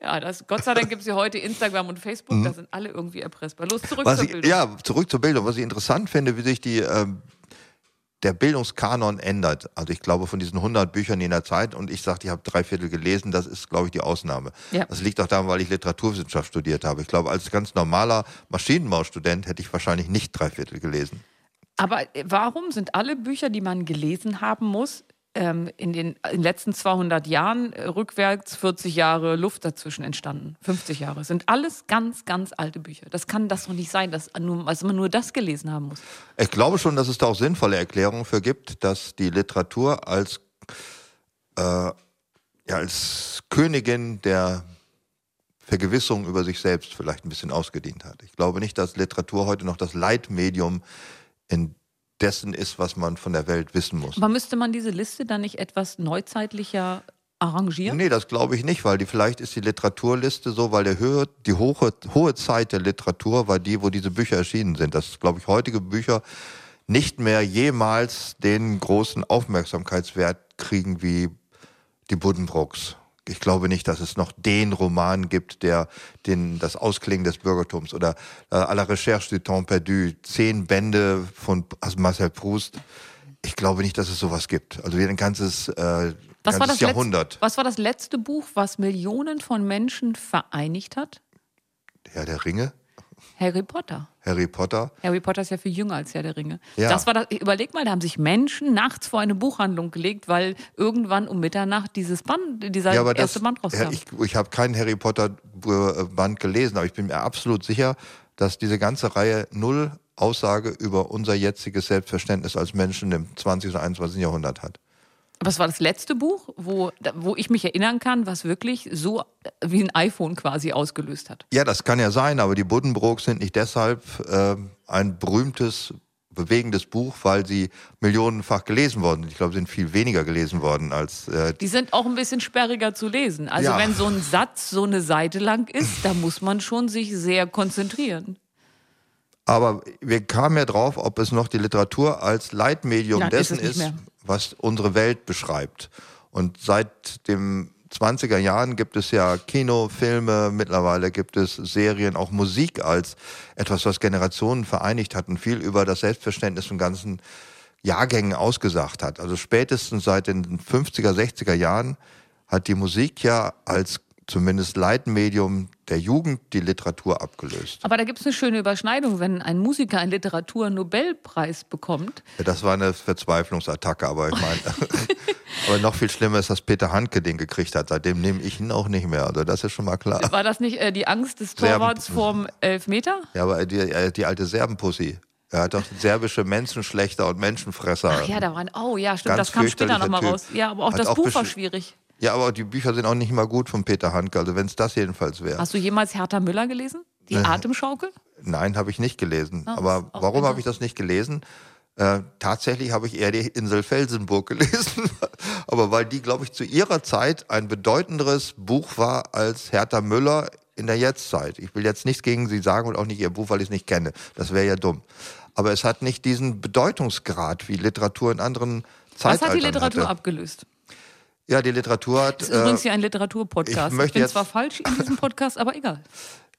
Ja, das, Gott sei Dank gibt es ja heute Instagram und Facebook, da sind alle irgendwie erpressbar. Los, zurück Mm. Was zur ich, Bildung. ja, zurück zur Bildung. Was ich interessant finde, wie sich die, ähm, der Bildungskanon ändert. Also ich glaube, von diesen 100 Büchern jener Zeit, und ich sagte, ich habe drei Viertel gelesen, das ist, glaube ich, die Ausnahme. Ja. Das liegt auch daran, weil ich Literaturwissenschaft studiert habe. Ich glaube, als ganz normaler Maschinenbaustudent hätte ich wahrscheinlich nicht drei Viertel gelesen. Aber äh, warum sind alle Bücher, die man gelesen haben muss, ähm, in, den, in den letzten 200 Jahren äh, rückwärts 40 Jahre Luft dazwischen entstanden? 50 Jahre. Sind alles ganz, ganz alte Bücher. Das kann das doch nicht sein, dass, nur, dass man nur das gelesen haben muss. Ich glaube schon, dass es da auch sinnvolle Erklärungen für gibt, dass die Literatur als, äh, ja, als Königin der Vergewisserung über sich selbst vielleicht ein bisschen ausgedient hat. Ich glaube nicht, dass Literatur heute noch das Leitmedium in dessen ist, was man von der Welt wissen muss. Aber müsste man diese Liste dann nicht etwas neuzeitlicher arrangieren? Nee, das glaube ich nicht, weil die, vielleicht ist die Literaturliste so, weil der höhe, die hohe, hohe Zeit der Literatur war die, wo diese Bücher erschienen sind. Dass, glaube ich, heutige Bücher nicht mehr jemals den großen Aufmerksamkeitswert kriegen wie die Buddenbrooks. Ich glaube nicht, dass es noch den Roman gibt, der den, das Ausklingen des Bürgertums oder äh, à la recherche du temps perdu, zehn Bände von also Marcel Proust. Ich glaube nicht, dass es sowas gibt. Also wie ein ganzes, äh, Was ganzes war, das Jahrhundert. Letzte, was war das letzte Buch, was Millionen von Menschen vereinigt hat? Herr der Ringe, Harry Potter. Harry Potter. Harry Potter ist ja viel jünger als Herr der Ringe. Ja. Das war das, überleg mal, da haben sich Menschen nachts vor eine Buchhandlung gelegt, weil irgendwann um Mitternacht dieses Band, dieser Äh, erste Band rauskam. ja, ich, ich habe keinen Harry Potter äh, Band gelesen, aber ich bin mir absolut sicher, dass diese ganze Reihe null Aussage über unser jetziges Selbstverständnis als Menschen im 20. und 21. Jahrhundert hat. Aber es war das letzte Buch, wo, da- wo ich mich erinnern kann, was wirklich so äh, wie ein iPhone quasi ausgelöst hat. Ja, das kann ja sein, aber die Buddenbrooks sind nicht deshalb ähm, ein berühmtes, bewegendes Buch, weil sie millionenfach gelesen worden sind. Ich glaube, sie sind viel weniger gelesen worden als äh, Die sind auch ein bisschen sperriger zu lesen. Also Ja. wenn so ein Satz so eine Seite lang ist, da muss man schon sich sehr konzentrieren. Aber wir kamen ja drauf, ob es noch die Literatur als Leitmedium Nein, ist dessen es nicht ist, mehr. was unsere Welt beschreibt. Und seit den 20er Jahren gibt es ja Kino, Filme, mittlerweile gibt es Serien, auch Musik als etwas, was Generationen vereinigt hat und viel über das Selbstverständnis von ganzen Jahrgängen ausgesagt hat. Also spätestens seit den 50er, 60er Jahren hat die Musik ja als zumindest Leitmedium der Jugend die Literatur abgelöst. Aber da gibt es eine schöne Überschneidung, wenn ein Musiker einen Literaturnobelpreis bekommt, Ja, Das war eine Verzweiflungsattacke, aber ich meine, <laughs> Aber noch viel schlimmer ist, dass Peter Handke den gekriegt hat. Seitdem nehme ich ihn auch nicht mehr. Also das ist schon mal klar. <laughs> War das nicht äh, die Angst des Serben- Torwarts vorm Elfmeter? Ja, aber die, äh, die alte Serbenpussy. Er hat doch serbische Menschenschlechter und Menschenfresser. Ach ja, da waren, oh ja, stimmt, Ganz das kam später fürchterlicher nochmal Typ. raus. Ja, aber auch Hat das auch Buch war besch- schwierig. Ja, aber die Bücher sind auch nicht mal gut von Peter Handke. Also wenn es das jedenfalls wäre. Hast du jemals Hertha Müller gelesen? Die Atemschaukel? Nein, habe ich nicht gelesen. Ah, Aber ist auch warum besser. habe ich das nicht gelesen? Äh, tatsächlich habe ich eher die Insel Felsenburg <laughs> gelesen. Aber weil die, glaube ich, zu ihrer Zeit ein bedeutenderes Buch war als Hertha Müller in der Jetztzeit. Ich will jetzt nichts gegen sie sagen und auch nicht ihr Buch, weil ich es nicht kenne. Das wäre ja dumm. Aber es hat nicht diesen Bedeutungsgrad wie Literatur in anderen Was Zeitaltern hat die Literatur hatte. abgelöst? Ja, die Literatur hat. Das ist äh, übrigens hier ein Literaturpodcast. ich Ich, möchte bin jetzt- zwar falsch in diesem Podcast, aber <laughs> egal.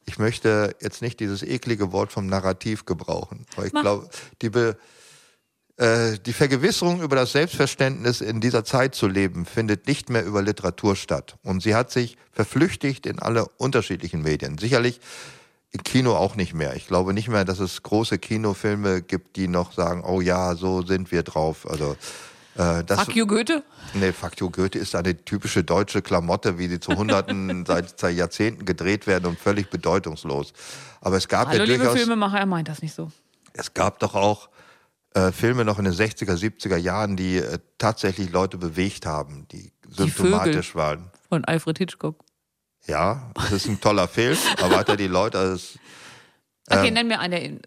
ich möchte jetzt nicht dieses eklige Wort vom Narrativ gebrauchen. Weil ich Mach. glaube, die, Be äh, die Vergewisserung über das Selbstverständnis in dieser Zeit zu leben, findet nicht mehr über Literatur statt. Und sie hat sich verflüchtigt in alle unterschiedlichen Medien. Sicherlich im Kino auch nicht mehr. Ich glaube nicht mehr, dass es große Kinofilme gibt, die noch sagen, oh ja, so sind wir drauf. Also äh, das, Fuck you, Goethe? Nee, Factio Goethe ist eine typische deutsche Klamotte, wie sie zu <laughs> Hunderten seit, seit Jahrzehnten gedreht werden und völlig bedeutungslos. Aber es gab Hallo, ja liebe durchaus, Filmemacher, er meint das nicht so. es gab doch auch äh, Filme noch in den 60er, 70er Jahren, die äh, tatsächlich Leute bewegt haben, die symptomatisch waren. Von Alfred Hitchcock. Ja, es ist ein toller Film, aber hat er die Leute als Ähm. Okay, nenn mir einen, der in-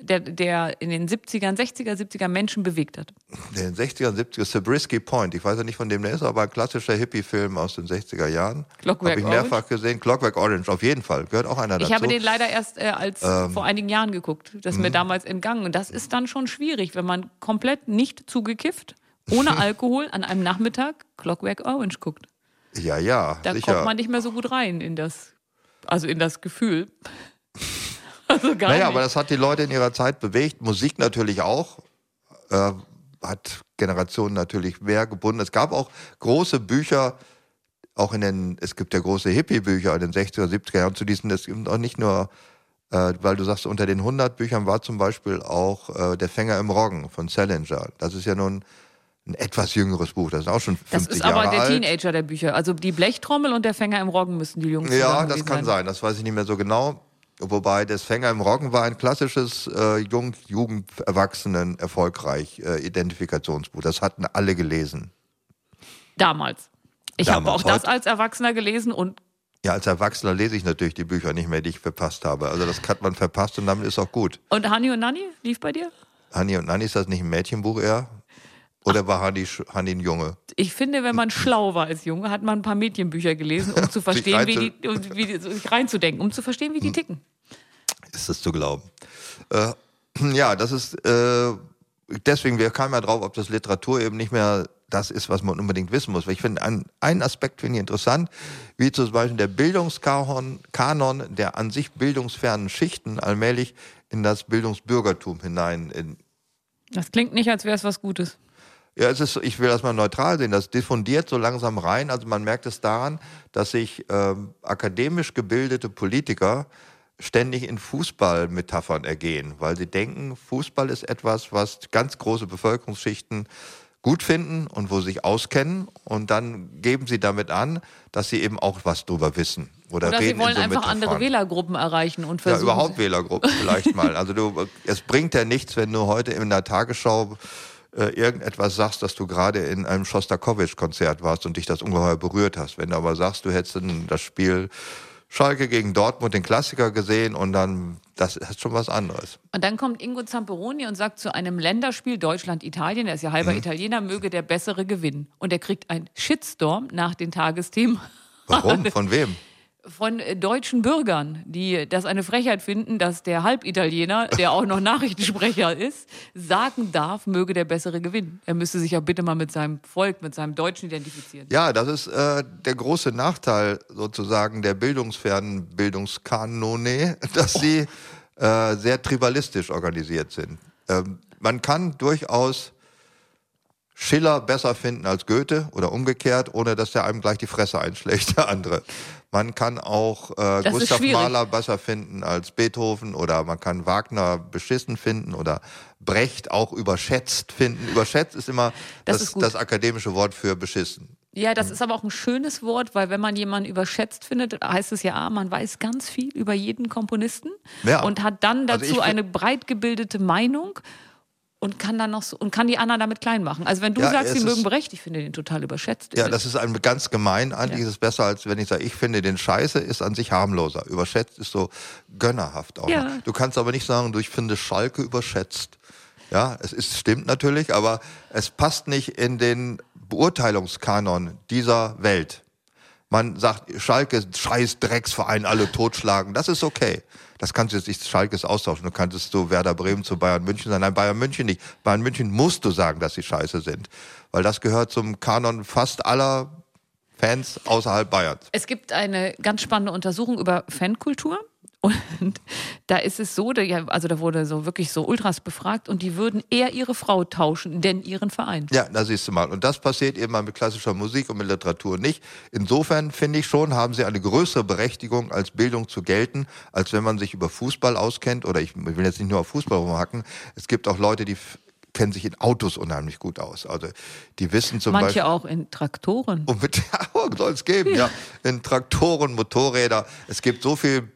der, der in den 70ern, 60er, 70er Menschen bewegt hat. in den 60er, 70er, Sabrisky Point, ich weiß ja nicht, von dem der ist, aber ein klassischer Hippie-Film aus den 60er Jahren. Clockwork Habe ich Orange? mehrfach gesehen. Clockwork Orange, auf jeden Fall. Gehört auch einer dazu. Ich habe den leider erst äh, als Ähm. vor einigen Jahren geguckt. Das ist Mhm. mir damals entgangen. Und das ist dann schon schwierig, wenn man komplett nicht zugekifft, <laughs> ohne Alkohol, an einem Nachmittag Clockwork Orange guckt. ja, ja, Da sicher. kommt man nicht mehr so gut rein in das, also in das Gefühl. <laughs> also gar Naja, nicht. aber das hat die Leute in ihrer Zeit bewegt. Musik natürlich auch. Äh, hat Generationen natürlich mehr gebunden. Es gab auch große Bücher, auch in den, es gibt ja große Hippie-Bücher in den 60er, 70er Jahren zu diesen, es gibt auch nicht nur, äh, weil du sagst, unter den 100 Büchern war zum Beispiel auch äh, Der Fänger im Roggen von Salinger. Das ist ja nun ein etwas jüngeres Buch, das ist auch schon 50 das ist Jahre aber der alt. Teenager der Bücher. Also die Blechtrommel und der Fänger im Roggen müssen die Jungs Ja, zusammen das gewesen kann sein, das weiß ich nicht mehr so genau. Wobei das Fänger im Roggen war ein klassisches äh, Jung, Jugend, Erwachsenen, erfolgreich äh, Identifikationsbuch. Das hatten alle gelesen. Damals. Ich habe auch Damals. Heute- das als Erwachsener gelesen und Ja, als Erwachsener lese ich natürlich die Bücher nicht mehr, die ich verpasst habe. Also das hat man verpasst und damit ist auch gut. und Hani und Nani lief bei dir? Hanni und Nanni, ist das nicht ein Mädchenbuch eher? Oder war Hanni, sch- Hanni ein Junge? Ich finde, wenn man schlau war als Junge, hat man ein paar Mädchenbücher gelesen, <laughs> um zu verstehen, wie die, um, wie die, sich reinzudenken, um zu verstehen, wie Hm. die ticken. Ist das zu glauben? Äh, <clears throat> ja, das ist äh, deswegen, wir kamen ja drauf, ob das Literatur eben nicht mehr das ist, was man unbedingt wissen muss. Weil ich finde, einen, einen Aspekt finde ich interessant, wie zum Beispiel der Bildungskanon, Kanon der an sich bildungsfernen Schichten allmählich in das Bildungsbürgertum hinein. In, Das klingt nicht, als wäre es was Gutes. ja, es ist, ich will das mal neutral sehen. Das diffundiert so langsam rein. Also man merkt es daran, dass sich ähm, akademisch gebildete Politiker ständig in Fußballmetaphern ergehen, weil sie denken, Fußball ist etwas, was ganz große Bevölkerungsschichten gut finden und wo sie sich auskennen. Und dann geben sie damit an, dass sie eben auch was drüber wissen. Oder, Oder reden sie in wollen so einfach andere Metaphern. Wählergruppen erreichen und Ja, versuchen. überhaupt Wählergruppen vielleicht mal. Also du, es bringt ja nichts, wenn du heute in der Tagesschau äh, irgendetwas sagst, dass du gerade in einem Schostakowitsch-Konzert warst und dich das ungeheuer berührt hast. Wenn du aber sagst, du hättest in das Spiel Schalke gegen Dortmund, den Klassiker gesehen und dann, das ist schon was anderes. Und dann kommt Ingo Zamperoni und sagt zu einem Länderspiel Deutschland-Italien, er ist ja Mhm. halber Italiener, möge der Bessere gewinnen. Und er kriegt einen Shitstorm nach den Tagesthemen <laughs> Warum? Von wem? von äh, deutschen Bürgern, die das eine Frechheit finden, dass der Halbitaliener, der auch noch Nachrichtensprecher ist, sagen darf, möge der Bessere gewinnen. Er müsste sich ja bitte mal mit seinem Volk, mit seinem Deutschen identifizieren. Ja, das ist äh, der große Nachteil sozusagen der bildungsfernen Bildungskanone, <laughs> dass sie äh, sehr tribalistisch organisiert sind. Ähm, man kann durchaus Schiller besser finden als Goethe oder umgekehrt, ohne dass der einem gleich die Fresse einschlägt, der andere. Man kann auch äh, ist Gustav schwierig. Mahler besser finden als Beethoven oder man kann Wagner beschissen finden oder Brecht auch überschätzt finden. Überschätzt ist immer Das das, das, ist gut. akademische Wort für beschissen. Ja, das ist aber auch ein schönes Wort, weil wenn man jemanden überschätzt findet, heißt es ja, ah, man weiß ganz viel über jeden Komponisten Ja. und hat dann Also dazu ich find- eine breit gebildete Meinung und kann dann noch so, und kann die anderen damit klein machen. Also wenn du Ja, sagst, es sie ist- mögen Brecht, ich finde den total überschätzt. Ja, das ist ein ganz gemein. Eigentlich Ja. ist es besser, als wenn ich sage, ich finde den Scheiße, ist an sich harmloser. Überschätzt ist so gönnerhaft auch. Ja. noch. Du kannst aber nicht sagen, du, ich finde Schalke überschätzt. Ja, es ist, stimmt natürlich, aber es passt nicht in den Beurteilungskanon dieser Welt. Man sagt, Schalke ist scheiß Drecksverein, alle totschlagen. Das ist okay. Das kannst du jetzt nicht Schalkes austauschen. Du kannst es zu Werder Bremen, zu Bayern München sein. Nein, Bayern München nicht. Bayern München musst du sagen, dass sie scheiße sind. Weil das gehört zum Kanon fast aller Fans außerhalb Bayerns. Es gibt eine ganz spannende Untersuchung über Fankultur. Und <laughs> da ist es so, da, ja, also da wurde so wirklich so Ultras befragt und die würden eher ihre Frau tauschen, denn ihren Verein. Ja, da siehst du mal. Und das passiert eben mal mit klassischer Musik und mit Literatur nicht. Insofern finde ich schon, haben sie eine größere Berechtigung, als Bildung zu gelten, als wenn man sich über Fußball auskennt. Oder ich will jetzt nicht nur auf Fußball rumhacken. Es gibt auch Leute, die f- kennen sich in Autos unheimlich gut aus. Also die wissen zum Manche Beispiel. Oh. auch in Traktoren. Und mit <laughs> soll es geben, ja. In Traktoren, Motorräder. Es gibt so viel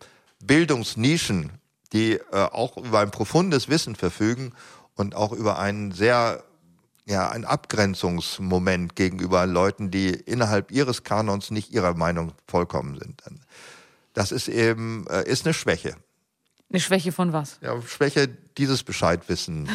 Bildungsnischen, die äh, auch über ein profundes Wissen verfügen und auch über einen sehr, ja, einen Abgrenzungsmoment gegenüber Leuten, die innerhalb ihres Kanons nicht ihrer Meinung vollkommen sind. Das ist eben, äh, ist eine Schwäche. Eine Schwäche von was? Ja, Schwäche dieses Bescheidwissen.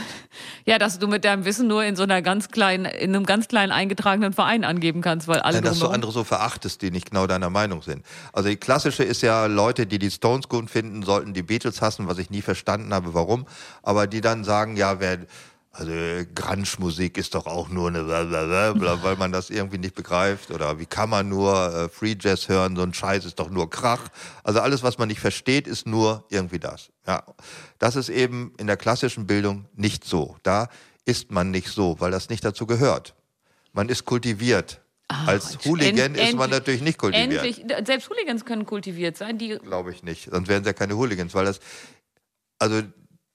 Ja, dass du mit deinem Wissen nur in so einer ganz kleinen, in einem ganz kleinen eingetragenen Verein angeben kannst, weil alle Ja, dass du drumherum. andere so verachtest, die nicht genau deiner Meinung sind. Also die klassische ist ja, Leute, die die Stones gut finden, sollten die Beatles hassen, was ich nie verstanden habe, warum. Aber die dann sagen, ja, wer, also äh, Grunge-Musik ist doch auch nur eine blablabla, weil man das irgendwie nicht begreift. Oder wie kann man nur äh, Free Jazz hören, so ein Scheiß ist doch nur Krach. Also alles, was man nicht versteht, ist nur irgendwie das. Ja. Das ist eben in der klassischen Bildung nicht so. Da ist man nicht so, weil das nicht dazu gehört. Man ist kultiviert. Als Hooligan End- ist man endlich- natürlich nicht kultiviert. Endlich, selbst Hooligans können kultiviert sein. Die, Glaube ich nicht. Sonst wären sie ja keine Hooligans, weil das. Also,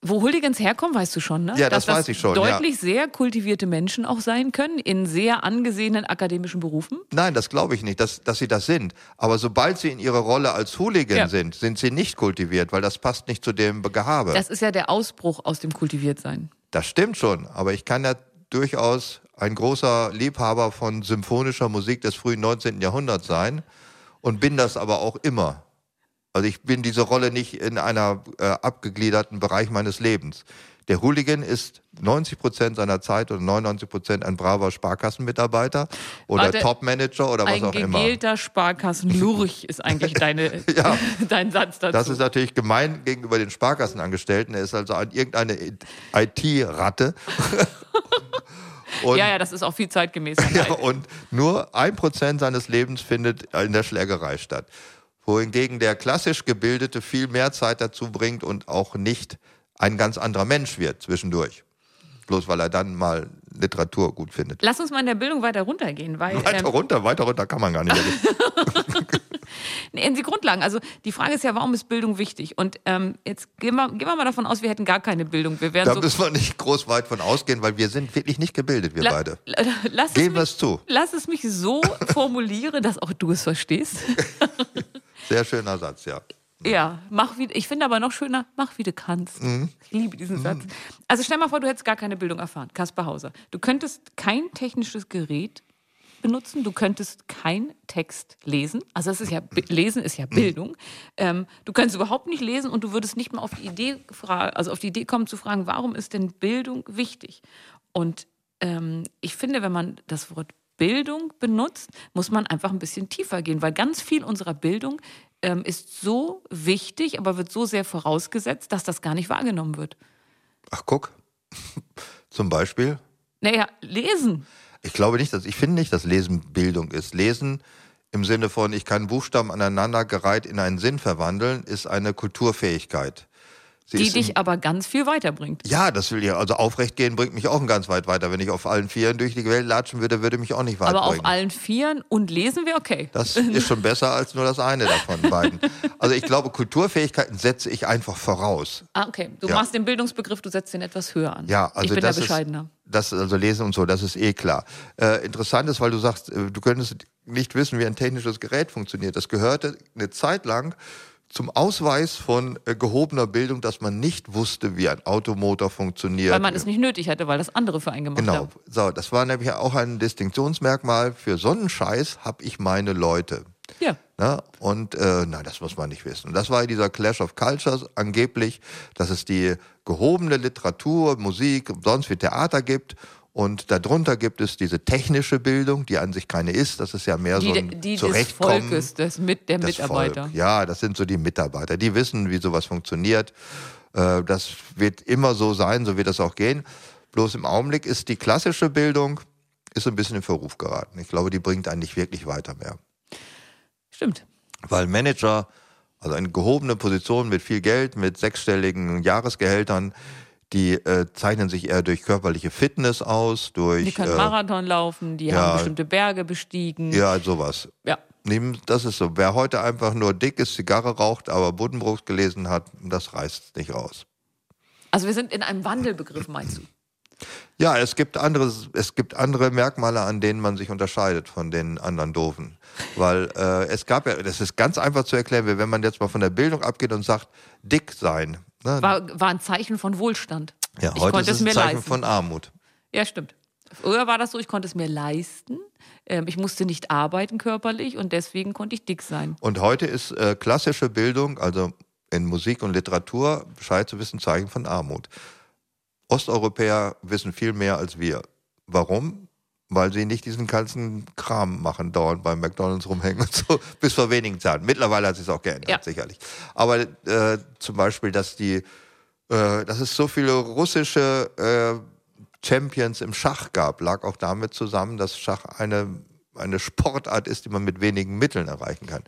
wo Hooligans herkommen, weißt du schon, ne? Ja, das weiß ich schon, ja. Deutlich sehr kultivierte Menschen auch sein können in sehr angesehenen akademischen Berufen. nein, das glaube ich nicht, dass, dass sie das sind. Aber sobald sie in ihrer Rolle als Hooligan Ja. sind, sind sie nicht kultiviert, weil das passt nicht zu dem Gehabe. Das, Das ist ja der Ausbruch aus dem kultiviertsein. stimmt schon, aber ich kann ja durchaus ein großer Liebhaber von symphonischer Musik des frühen 19. Jahrhunderts sein und bin das aber auch immer. Also ich bin diese Rolle nicht in einer äh, abgegliederten Bereich meines Lebens. Der Hooligan ist 90 Prozent seiner Zeit oder 99 Prozent ein braver Sparkassenmitarbeiter oder Warte, Topmanager oder was Ein auch immer. <laughs> gegelter Sparkassenlurch ist eigentlich deine, Ja. dein Satz dazu. Das ist natürlich gemein gegenüber den Sparkassenangestellten. Er ist also an irgendeine IT-Ratte. Und, ja, ja, das ist auch viel zeitgemäß. ja, und nur ein Prozent seines Lebens findet in der Schlägerei statt. Wohingegen der klassisch Gebildete viel mehr Zeit dazu bringt und auch nicht ein ganz anderer Mensch wird zwischendurch. Bloß weil er dann mal Literatur gut findet. Lass uns mal in der Bildung weiter runtergehen, weil ähm, Weiter runter, weiter runter kann man gar nicht. mehr. In die Grundlagen. Also die Frage ist ja, warum ist Bildung wichtig? Und ähm, jetzt gehen wir, gehen wir mal davon aus, wir hätten gar keine Bildung. Wir wären Da so. müssen wir nicht groß weit von ausgehen, weil wir sind wirklich nicht gebildet, wir La- beide. la- <laughs> Lass es, Geben wir mich, es zu. lass es mich so formulieren, dass auch du es verstehst. Sehr schöner Satz, ja. Ja, mach wie, ich finde aber noch schöner, mach wie du kannst. Ich liebe diesen Satz. Also stell mal vor, du hättest gar keine Bildung erfahren, Kaspar Hauser. Du könntest kein technisches Gerät benutzen, du könntest kein Text lesen. Also das ist ja, Bi- Lesen ist ja Bildung. Ähm, du könntest überhaupt nicht lesen und du würdest nicht mal auf die Idee, fra- also auf die Idee kommen zu fragen, warum ist denn Bildung wichtig? Und ähm, ich finde, wenn man das Wort Bildung benutzt, muss man einfach ein bisschen tiefer gehen, weil ganz viel unserer Bildung ähm, ist so wichtig, aber wird so sehr vorausgesetzt, dass das gar nicht wahrgenommen wird. Ach, guck. <laughs> Zum Beispiel. Naja, lesen. Ich glaube nicht, dass ich finde nicht, dass Lesen Bildung ist. Lesen im Sinne von, ich kann Buchstaben aneinandergereiht in einen Sinn verwandeln, ist eine Kulturfähigkeit. Sie die ist im- dich aber ganz viel weiterbringt. Ja, das will ich. Also aufrecht gehen bringt mich auch ein ganz weit weiter. Wenn ich auf allen Vieren durch die Welt latschen würde, würde mich auch nicht weit Aber auf bringen. allen Vieren und lesen wir okay. Das ist schon besser als nur das eine davon beiden. Also ich glaube, Kulturfähigkeiten setze ich einfach voraus. Ah, okay. Du Ja. machst den Bildungsbegriff, du setzt den etwas höher an. Ja, also ich bin das da bescheidener. Ist, das also lesen und so, das ist eh klar. Äh, interessant ist, weil du sagst, äh, du könntest nicht wissen, wie ein technisches Gerät funktioniert. Das gehörte eine Zeit lang zum Ausweis von äh, gehobener Bildung, dass man nicht wusste, wie ein Automotor funktioniert. weil man es nicht nötig hatte, weil das andere für einen gemacht Genau. haben. So, das war nämlich auch ein Distinktionsmerkmal. Für Sonnenscheiß habe ich meine Leute. Ja. Ne? Und äh, nein, das muss man nicht wissen. Und das war dieser Clash of Cultures angeblich, dass es die gehobene Literatur, Musik, sonst wie Theater gibt. Und darunter gibt es diese technische Bildung, die an sich keine ist. Das ist ja mehr so Also Die, ein die des Zurechtkommen Volkes, des, mit, der das Mitarbeiter. Volk. Ja, das sind so die Mitarbeiter. Die wissen, wie sowas funktioniert. Äh, Das wird immer so sein, so wird das auch gehen. Bloß im Augenblick ist die klassische Bildung ist so ein bisschen in Verruf geraten. Ich glaube, die bringt einen nicht wirklich weiter mehr. Stimmt. Weil Manager, also eine gehobene Position mit viel Geld, mit sechsstelligen Jahresgehältern, die äh, zeichnen sich eher durch körperliche Fitness aus, durch Die können äh, Marathon laufen, die ja. haben bestimmte Berge bestiegen. ja sowas. ja. Neben- Das ist so. Wer heute einfach nur dick ist, Zigarre raucht, aber Buddenbrooks gelesen hat, das reißt nicht raus. Also wir sind in einem Wandelbegriff, meinst du? Ja, es gibt andere, es gibt andere Merkmale, an denen man sich unterscheidet von den anderen Doofen. Weil äh, es gab ja, das ist ganz einfach zu erklären, wenn man jetzt mal von der Bildung abgeht und sagt, dick sein. Ne? War, war ein Zeichen von Wohlstand. ja, ich heute konnte ist es es ein mir Zeichen leisten. von Armut. Ja, stimmt. Früher war das so, ich konnte es mir leisten. Ähm, ich musste nicht arbeiten körperlich und deswegen konnte ich dick sein. Und heute ist äh, klassische Bildung, also in Musik und Literatur, Bescheid zu wissen, Zeichen von Armut. Osteuropäer wissen viel mehr als wir. Warum? Weil sie nicht diesen ganzen Kram machen, dauernd beim McDonalds rumhängen und so, <laughs> bis vor wenigen Jahren. Mittlerweile hat sich auch geändert, Ja. sicherlich. Aber äh, zum Beispiel, dass die, äh, dass es so viele russische äh, Champions im Schach gab, lag auch damit zusammen, dass Schach eine, eine Sportart ist, die man mit wenigen Mitteln erreichen kann.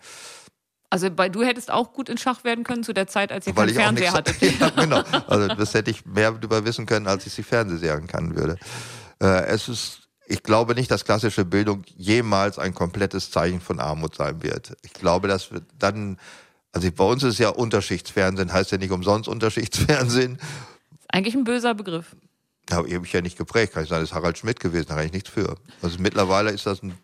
Also bei, du hättest auch gut in Schach werden können zu der Zeit, als ihr Weil keinen ich auch Fernseher <laughs> hattet. nichts. Ja, genau. Also das hätte ich mehr darüber wissen können, als ich sie Fernsehserien kann würde. Äh, es ist, ich glaube nicht, dass klassische Bildung jemals ein komplettes Zeichen von Armut sein wird. Ich glaube, dass wir dann, also bei uns ist ja Unterschichtsfernsehen, heißt ja nicht umsonst Unterschichtsfernsehen. <laughs> Eigentlich ein böser Begriff. Habe ich mich ja nicht geprägt, kann ich sagen, das ist Harald Schmidt gewesen, da kann ich nichts für. Also mittlerweile ist das ein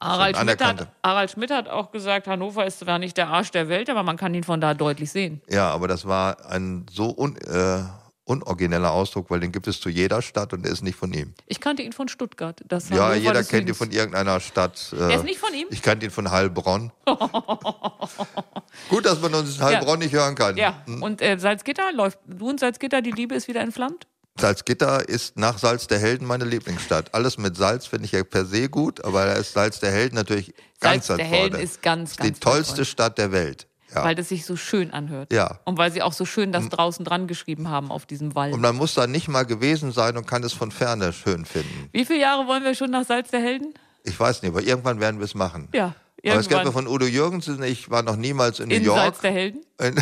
Harald ein Schmidt, hat, anerkannter. Harald Schmidt hat auch gesagt, Hannover ist zwar nicht der Arsch der Welt, aber man kann ihn von da deutlich sehen. Ja, aber das war ein so un, äh, unorigineller Ausdruck, weil den gibt es zu jeder Stadt und der ist nicht von ihm. Ich kannte ihn von Stuttgart. Das Ja, Hannover jeder des kennt ihn Südens. von irgendeiner Stadt. äh, Der ist nicht von ihm? Ich kannte ihn von <laughs> Heilbronn. Gut, dass man uns in Heilbronn nicht hören kann. Ja, und äh, Salzgitter läuft. Du und Salzgitter, die Liebe ist wieder entflammt? Salzgitter ist nach Salz der Helden meine Lieblingsstadt. Alles mit Salz finde ich ja per se gut, aber da ist Salz der Helden natürlich ganz Salz der weit Helden vorne. ist ganz, die ganz weit tollste vorne. Stadt der Welt. Ja. Weil das sich so schön anhört. Ja. Hm. Und weil sie auch so schön das draußen dran geschrieben haben auf diesem Wall. Und man muss da nicht mal gewesen sein und kann es von ferne schön finden. Wie viele Jahre wollen wir schon nach Salz der Helden? Ich weiß nicht, aber irgendwann werden wir es machen. Ja, Aber es gab irgendwann. ja von Udo Jürgensen, ich war noch niemals in, in New York. Salz der Helden. <laughs>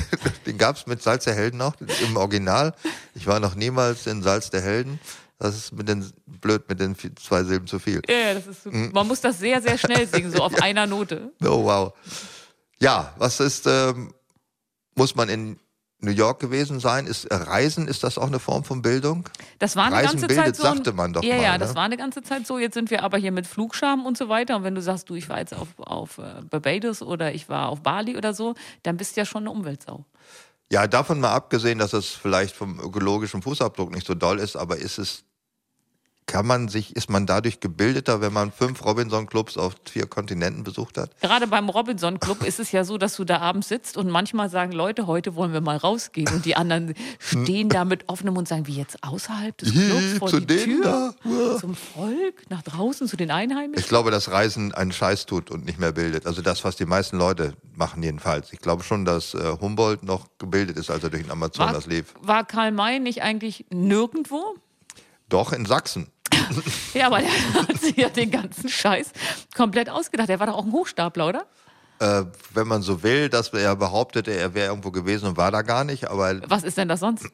Den gab es mit Salz der Helden noch im Original. Ich war noch niemals in Salz der Helden. Das ist mit den blöd mit den vi- zwei Silben zu viel. Ja, ja, das ist Hm. super. Man muss das sehr, sehr schnell singen, so auf <laughs> einer Note. Oh wow. Ja, was ist? Ähm, muss man in New York gewesen sein? Ist äh, Reisen ist das auch eine Form von Bildung? Das war eine Reisen ganze bildet, Zeit so. ein- sagte man doch ja, mal, ja, ne? das war eine ganze Zeit so. Jetzt sind wir aber hier mit Flugscham und so weiter. Und wenn du sagst, du, ich war jetzt auf, auf äh, Barbados oder ich war auf Bali oder so, dann bist du ja schon eine Umweltsau. Ja, davon mal abgesehen, dass es vielleicht vom ökologischen Fußabdruck nicht so doll ist, aber ist es kann man sich, ist man dadurch gebildeter, wenn man fünf Robinson-Clubs auf vier Kontinenten besucht hat? Gerade beim Robinson Club ist es ja so, dass du da abends sitzt und manchmal sagen Leute, heute wollen wir mal rausgehen. Und die anderen stehen da mit offenem Mund und sagen, wie jetzt außerhalb des Clubs vor Zu die denen Tür zum Volk, nach draußen, zu den Einheimischen. Ich glaube, dass Reisen einen Scheiß tut und nicht mehr bildet. Also das, was die meisten Leute machen jedenfalls. Ich glaube schon, dass äh, Humboldt noch gebildet ist, als er durch den Amazonas lief. war Karl May nicht eigentlich nirgendwo? Doch, in Sachsen. <laughs> Ja, aber der hat sich ja den ganzen Scheiß komplett ausgedacht. Der war doch auch ein Hochstapler, oder? äh, wenn man so will, dass er behauptete, er wäre irgendwo gewesen und war da gar nicht. Aber Was ist denn das sonst?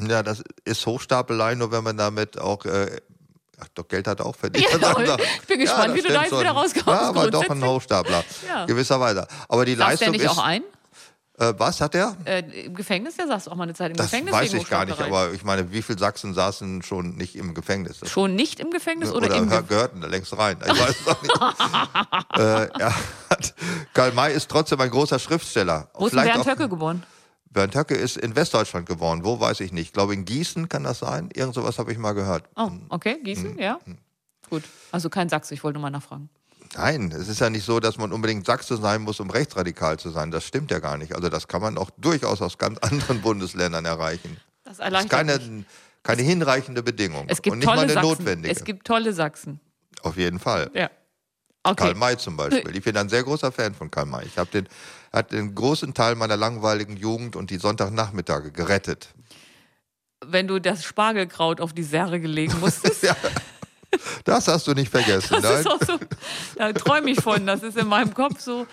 ja, das ist Hochstapelei, nur wenn man damit auch. Äh, Ach, doch, Geld hat er auch verdient. <laughs> Ja, Das doch. sagt er. Ich bin gespannt, das wie du da stimmt jetzt wieder rauskommst, Ja, aber doch ein grundsätzlich. Hochstapler. Ja. Gewisserweise. Aber die Saß der Leistung nicht ist. auch ein? Äh, was hat er? Äh, Im Gefängnis, der saß auch mal eine Zeit im Das Gefängnis. weiß wegen ich gar nicht, Hochstaplerei. aber ich meine, wie viele Sachsen saßen schon nicht im Gefängnis? Das- Schon nicht im Gefängnis oder, Äh, oder im hör, Gefängnis? gehörten da längst rein. Ich weiß es auch nicht. <laughs> äh, er hat, Karl May ist trotzdem ein großer Schriftsteller. Wo ist denn Bernd Höcke geboren? Bernd Höcke ist in Westdeutschland geboren. Wo weiß ich nicht. Ich glaube, in Gießen kann das sein. Irgend sowas habe ich mal gehört. Oh, okay, Gießen, Hm, ja. Gut. Also kein Sachse, ich wollte nur mal nachfragen. Nein, es ist ja nicht so, dass man unbedingt Sachse sein muss, um rechtsradikal zu sein. Das stimmt ja gar nicht. Also das kann man auch durchaus aus ganz anderen <laughs> Bundesländern erreichen. Das Das ist erleichtert mich. keine, keine hinreichende Bedingung Es gibt und nicht tolle mal eine Sachsen. notwendige. Es gibt tolle Sachsen. Auf jeden Fall. Ja. Okay. Karl May zum Beispiel. Ich bin ein sehr großer Fan von Karl May. Ich habe den, hat den großen Teil meiner langweiligen Jugend und die Sonntagnachmittage gerettet. Wenn du das Spargelkraut auf die Serre <laughs> gelegen musstest, Das hast du nicht vergessen. das ist Nein? auch so. Da träume ich von. Das ist in meinem Kopf so.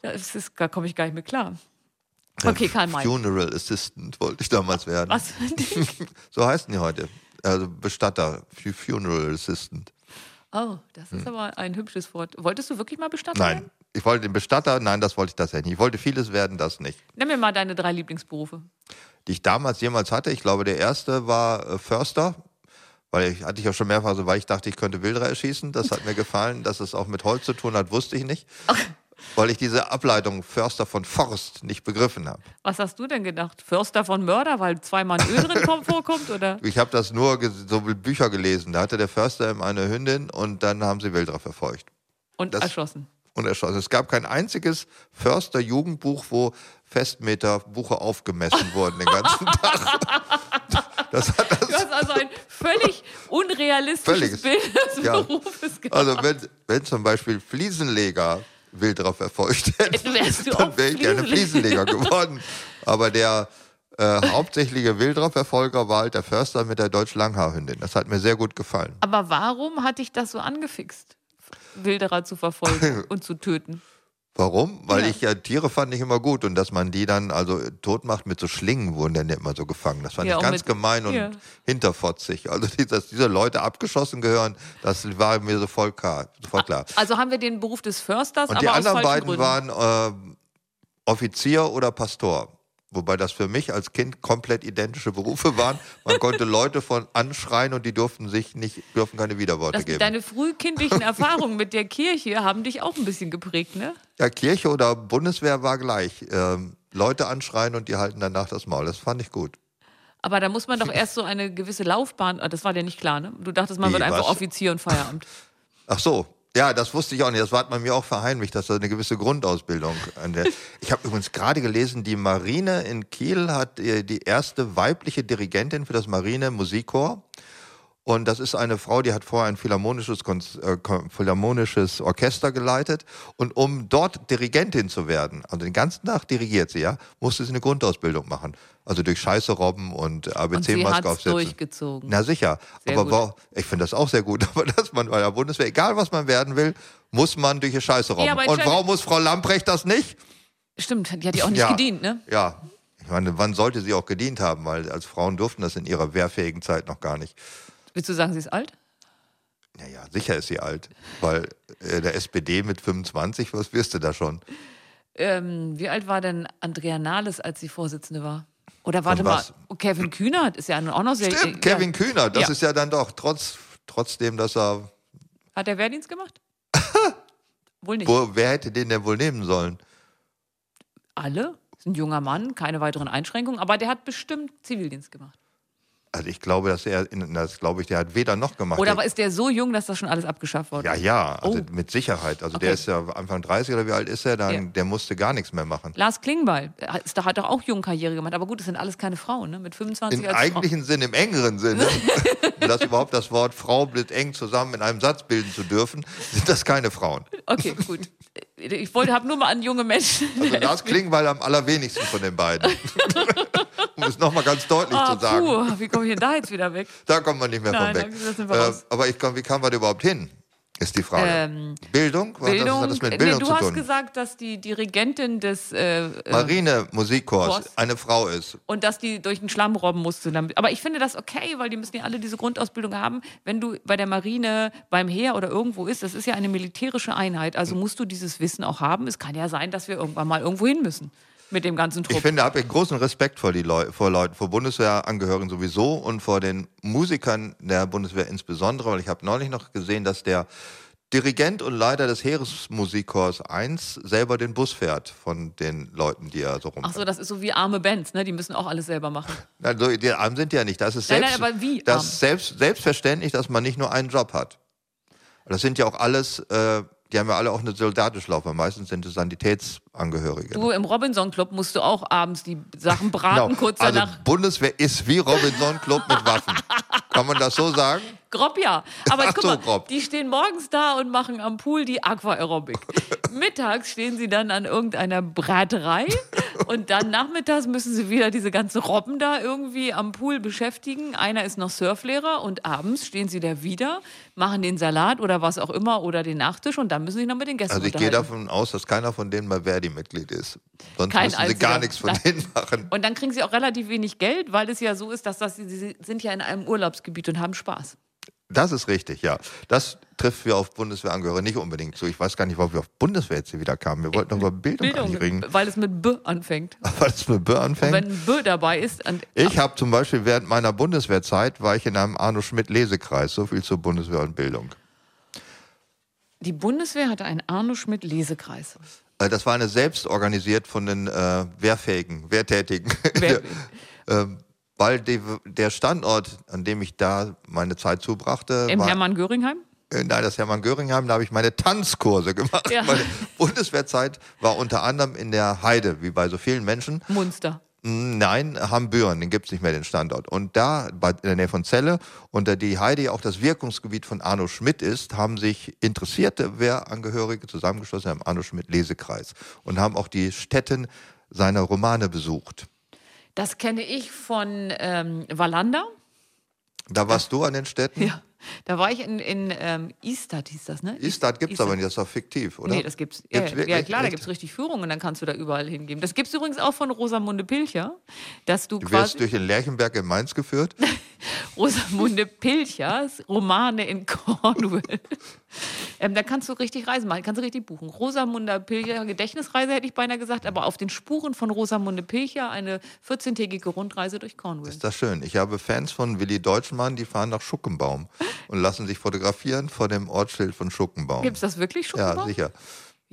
Das ist, da komme ich gar nicht mit klar. Okay, Karl May. Funeral Assistant wollte ich damals werden. <laughs> Was? So heißen die heute. Also Bestatter, Fu- Funeral Assistant. Oh, das ist aber ein hübsches Wort. Wolltest du wirklich mal Bestatter Hm. Nein, werden? ich wollte den Bestatter, nein, das wollte ich tatsächlich nicht. Ich wollte vieles werden, das nicht. Nimm mir mal deine drei Lieblingsberufe. die ich damals jemals hatte. Ich glaube, der erste war äh, Förster, weil ich hatte ich ja schon mehrfach so, weil ich dachte, ich könnte Wilderer erschießen. Das hat mir gefallen, dass es auch mit Holz zu tun hat, wusste ich nicht, weil ich diese Ableitung Förster von Forst nicht begriffen habe. Was hast du denn gedacht? Förster von Mörder, weil zweimal ein Ö drin kom- vorkommt? Oder? Ich habe das nur ges- so Bücher gelesen. Da hatte der Förster eben eine Hündin und dann haben sie Wilderer verfolgt Und Das- erschossen. und erschossen. Es gab kein einziges Förster-Jugendbuch, wo Festmeter-Buche aufgemessen wurden den ganzen <laughs> Tag. Das hat das Du hast also ein völlig unrealistisches Völliges. Bild des Ja. Berufes gehabt. Also wenn, wenn zum Beispiel Fliesenleger wild drauf verfolgt hätte, Äh, Wärst du auch dann wäre ich gerne Fliesenleger. Fliesenleger geworden. Aber der äh, hauptsächliche Wildraufverfolger war halt der Förster mit der Deutsch-Langhaarhündin. Das hat mir sehr gut gefallen. Aber warum hat dich das so angefixt, Wilderer <laughs> zu verfolgen und zu töten? Warum? Weil Ja. ich ja Tiere fand ich immer gut und dass man die dann also tot macht mit so Schlingen wurden dann immer so gefangen. Das fand Ja, ich auch ganz mit- gemein und ja. hinterfotzig. Also die- dass diese Leute abgeschossen gehören, das war mir so voll klar. Voll klar. Also haben wir den Beruf des Försters, Und aber die aus anderen falschen beiden Gründen. waren äh, Offizier oder Pastor. Wobei das für mich als Kind komplett identische Berufe waren. <laughs> Man konnte Leute von anschreien und die durften sich nicht, dürfen keine Widerworte das, geben. deine <laughs> frühkindlichen Erfahrungen mit der Kirche haben dich auch ein bisschen geprägt, ne? Ja, Kirche oder Bundeswehr war gleich. Ähm, Leute anschreien und die halten danach das Maul. Das fand ich gut. Aber da muss man doch erst so eine gewisse Laufbahn, ah, das war dir nicht klar, ne? Du dachtest, man Wie, wird einfach was? Offizier und Feierabend. Ach so. Ja, das wusste ich auch nicht. Das hat man mir auch verheimlicht, dass da eine gewisse Grundausbildung an <laughs> der. Ich habe übrigens gerade gelesen, die Marine in Kiel hat äh, die erste weibliche Dirigentin für das Marine Musikchor. Und das ist eine Frau, die hat vorher ein philharmonisches, Konz äh, Kon- philharmonisches Orchester geleitet. Und um dort Dirigentin zu werden, also den ganzen Tag dirigiert sie, ja, musste sie eine Grundausbildung machen. Also durch Scheiße robben und Und sie ABC-Maske hat's aufsetzen. durchgezogen. Na sicher, Sehr aber gut. wow, ich finde das auch sehr gut, <laughs> aber dass man bei der Bundeswehr, egal was man werden will, muss man durch die Scheiße robben. Ja, aber Und entscheidend- warum muss Frau Lamprecht das nicht? Stimmt, die hat ja auch nicht Ja. gedient, ne? Ja, ich meine, wann sollte sie auch gedient haben, weil als Frauen durften das in ihrer wehrfähigen Zeit noch gar nicht. Willst du sagen, sie ist alt? Naja, sicher ist sie alt, weil äh, der SPD mit 25, was wirst du da schon? Ähm, wie alt war denn Andrea Nahles, als sie Vorsitzende war? Oder warte mal, was? oh, Kevin Kühnert ist ja nun auch noch sehr äh, Stimmt, ja. Kevin Kühner, das Ja. ist ja dann doch, trotz, trotzdem, dass er, Hat er <laughs> Wehrdienst gemacht? Wohl nicht. wo, wer hätte den denn wohl nehmen sollen? Alle? Ist ein junger Mann, keine weiteren Einschränkungen, aber der hat bestimmt Zivildienst gemacht. Also ich glaube, dass er, das glaube ich, der hat weder noch gemacht. Oder Der- aber ist der so jung, dass das schon alles abgeschafft wurde? Also- Ja, ja, also Oh. mit Sicherheit. Also Okay. der ist ja Anfang 30 oder wie alt ist er? Dann, Ja. Der musste gar nichts mehr machen. Lars Klingbeil ist da, hat doch auch jung Karriere gemacht, aber gut, das sind alles keine Frauen, ne? Mit 25 Im als eigentlichen Sinn, im engeren <laughs> Sinne, um das überhaupt das Wort Frau mit eng zusammen in einem Satz bilden zu dürfen, sind das keine Frauen. Frau. Okay, gut. Ich wollte, habe nur mal an junge Menschen. Also Lars Klingbeil am allerwenigsten von den <laughs> beiden. um es nochmal ganz deutlich Ah, zu sagen. puh, wie komme ich denn da jetzt wieder weg? Da kommt man nicht mehr Nein, von weg. Äh, da sind wir raus. aber ich komm, wie kam man da überhaupt hin? Ist die Frage. Ähm, Bildung? Was Bildung. äh, hat das mit nee, Bildung du zu hast tun? gesagt, dass die Dirigentin des äh, äh, Marine Musikchors, Chors. eine Frau ist. und dass die durch den Schlamm robben musste. damit- Aber ich finde das okay, weil die müssen ja alle diese Grundausbildung haben. Wenn du bei der Marine, beim Heer oder irgendwo ist, das ist ja eine militärische Einheit. Also musst du dieses Wissen auch haben. Es kann ja sein, dass wir irgendwann mal irgendwo hin müssen mit dem ganzen Ich Trupp. finde, habe ich großen Respekt vor, die Leu vor Leuten, vor Bundeswehrangehörigen sowieso und vor den Musikern der Bundeswehr insbesondere, weil ich habe neulich noch gesehen, dass der Dirigent und Leiter des Heeresmusikchors 1 selber den Bus fährt von den Leuten, die er so Ach rumfährt. so, das ist so wie arme Bands, ne? Die müssen auch alles selber machen. Also, die arm sind die ja nicht. Das ist, Nein, selbst, nein, aber wie das arm? ist selbst, selbstverständlich, dass man nicht nur einen Job hat. Das sind ja auch alles, äh, die haben ja alle auch eine soldatische Laufbahn. Meistens sind es Sanitätsangehörige. Du im Robinson Club musst du auch abends die Sachen braten, kurz also danach. Bundeswehr ist wie Robinson Club mit Waffen. Kann man das so sagen? Grob ja. Aber Ach guck so, mal, grob. die stehen morgens da und machen am Pool <laughs> die Aquaerobic. Mittags stehen sie dann an irgendeiner <laughs> Braterei und dann nachmittags müssen sie wieder diese ganzen Robben da irgendwie am Pool beschäftigen. Einer ist noch Surflehrer und abends stehen sie da wieder, machen den Salat oder was auch immer oder den Nachtisch und dann müssen sie noch mit den Gästen Also ich gehe unterhalten. davon aus, dass keiner von denen mal Verdi-Mitglied ist. Sonst Kein müssen sie einziger. gar nichts von Nein. denen machen. und dann kriegen sie auch relativ wenig Geld, weil es ja so ist, dass das, sie- sie sind ja in einem Urlaubsgebiet und haben Spaß. Das ist richtig, ja. Das trifft wir auf Bundeswehrangehörige nicht unbedingt zu. Ich weiß gar nicht, warum wir auf Bundeswehr jetzt hier wieder kamen. Wir wollten noch über Bildung, Bildung, anregen, weil es mit B anfängt. weil das mit B anfängt. Wenn ein B dabei ist, und Ich habe zum Beispiel während meiner Bundeswehrzeit war ich in einem Arno Schmidt Lesekreis. So viel zur Bundeswehr und Bildung. die Bundeswehr hatte einen Arno Schmidt Lesekreis. Äh, Das war eine selbst organisiert von den äh, Wehrfähigen, Wehrtätigen. Wer- ähm, weil die, der Standort, an dem ich da meine Zeit zubrachte, Im war Hermann Göringheim? äh, nein, das Hermann Göringheim, da habe ich meine Tanzkurse gemacht. Ja. Meine Bundeswehrzeit war unter anderem in der Heide, wie bei so vielen Menschen. Munster. Nein, Hambüren, den gibt's nicht mehr, den Standort. Und da, bei- in der Nähe von Celle, und da die Heide ja auch das Wirkungsgebiet von Arno Schmidt ist, haben sich interessierte Wehrangehörige zusammengeschlossen am Arno Schmidt Lesekreis und haben auch die Stätten seiner Romane besucht. Das kenne ich von ähm, Wallander. Da warst du an den Städten? Ja. Da war ich in, in ähm, Istad, hieß das, ne? Istad gibt's Istad. aber nicht, das ist doch fiktiv, oder? Nee, das gibt's. Ja, Gibt's ja, ja wirklich? klar, da Echt? gibt's richtig Führungen, dann kannst du da überall hingehen. Das gibt's übrigens auch von Rosamunde Pilcher, dass du Du wirst quasi durch den Lerchenberg in Mainz <laughs> geführt. Rosamunde Pilchers Romane in Cornwall. ähm, da kannst du richtig Reisen machen, kannst du richtig buchen. Rosamunde Pilcher, Gedächtnisreise hätte ich beinahe gesagt, aber auf den Spuren von Rosamunde Pilcher eine 14-tägige Rundreise durch Cornwall. Ist das schön. Ich habe Fans von Willi Deutschmann, die fahren nach Schuckenbaum und lassen sich fotografieren vor dem Ortsschild von Schuckenbaum. Gibt's das wirklich, ja, Schuckenbaum? sicher.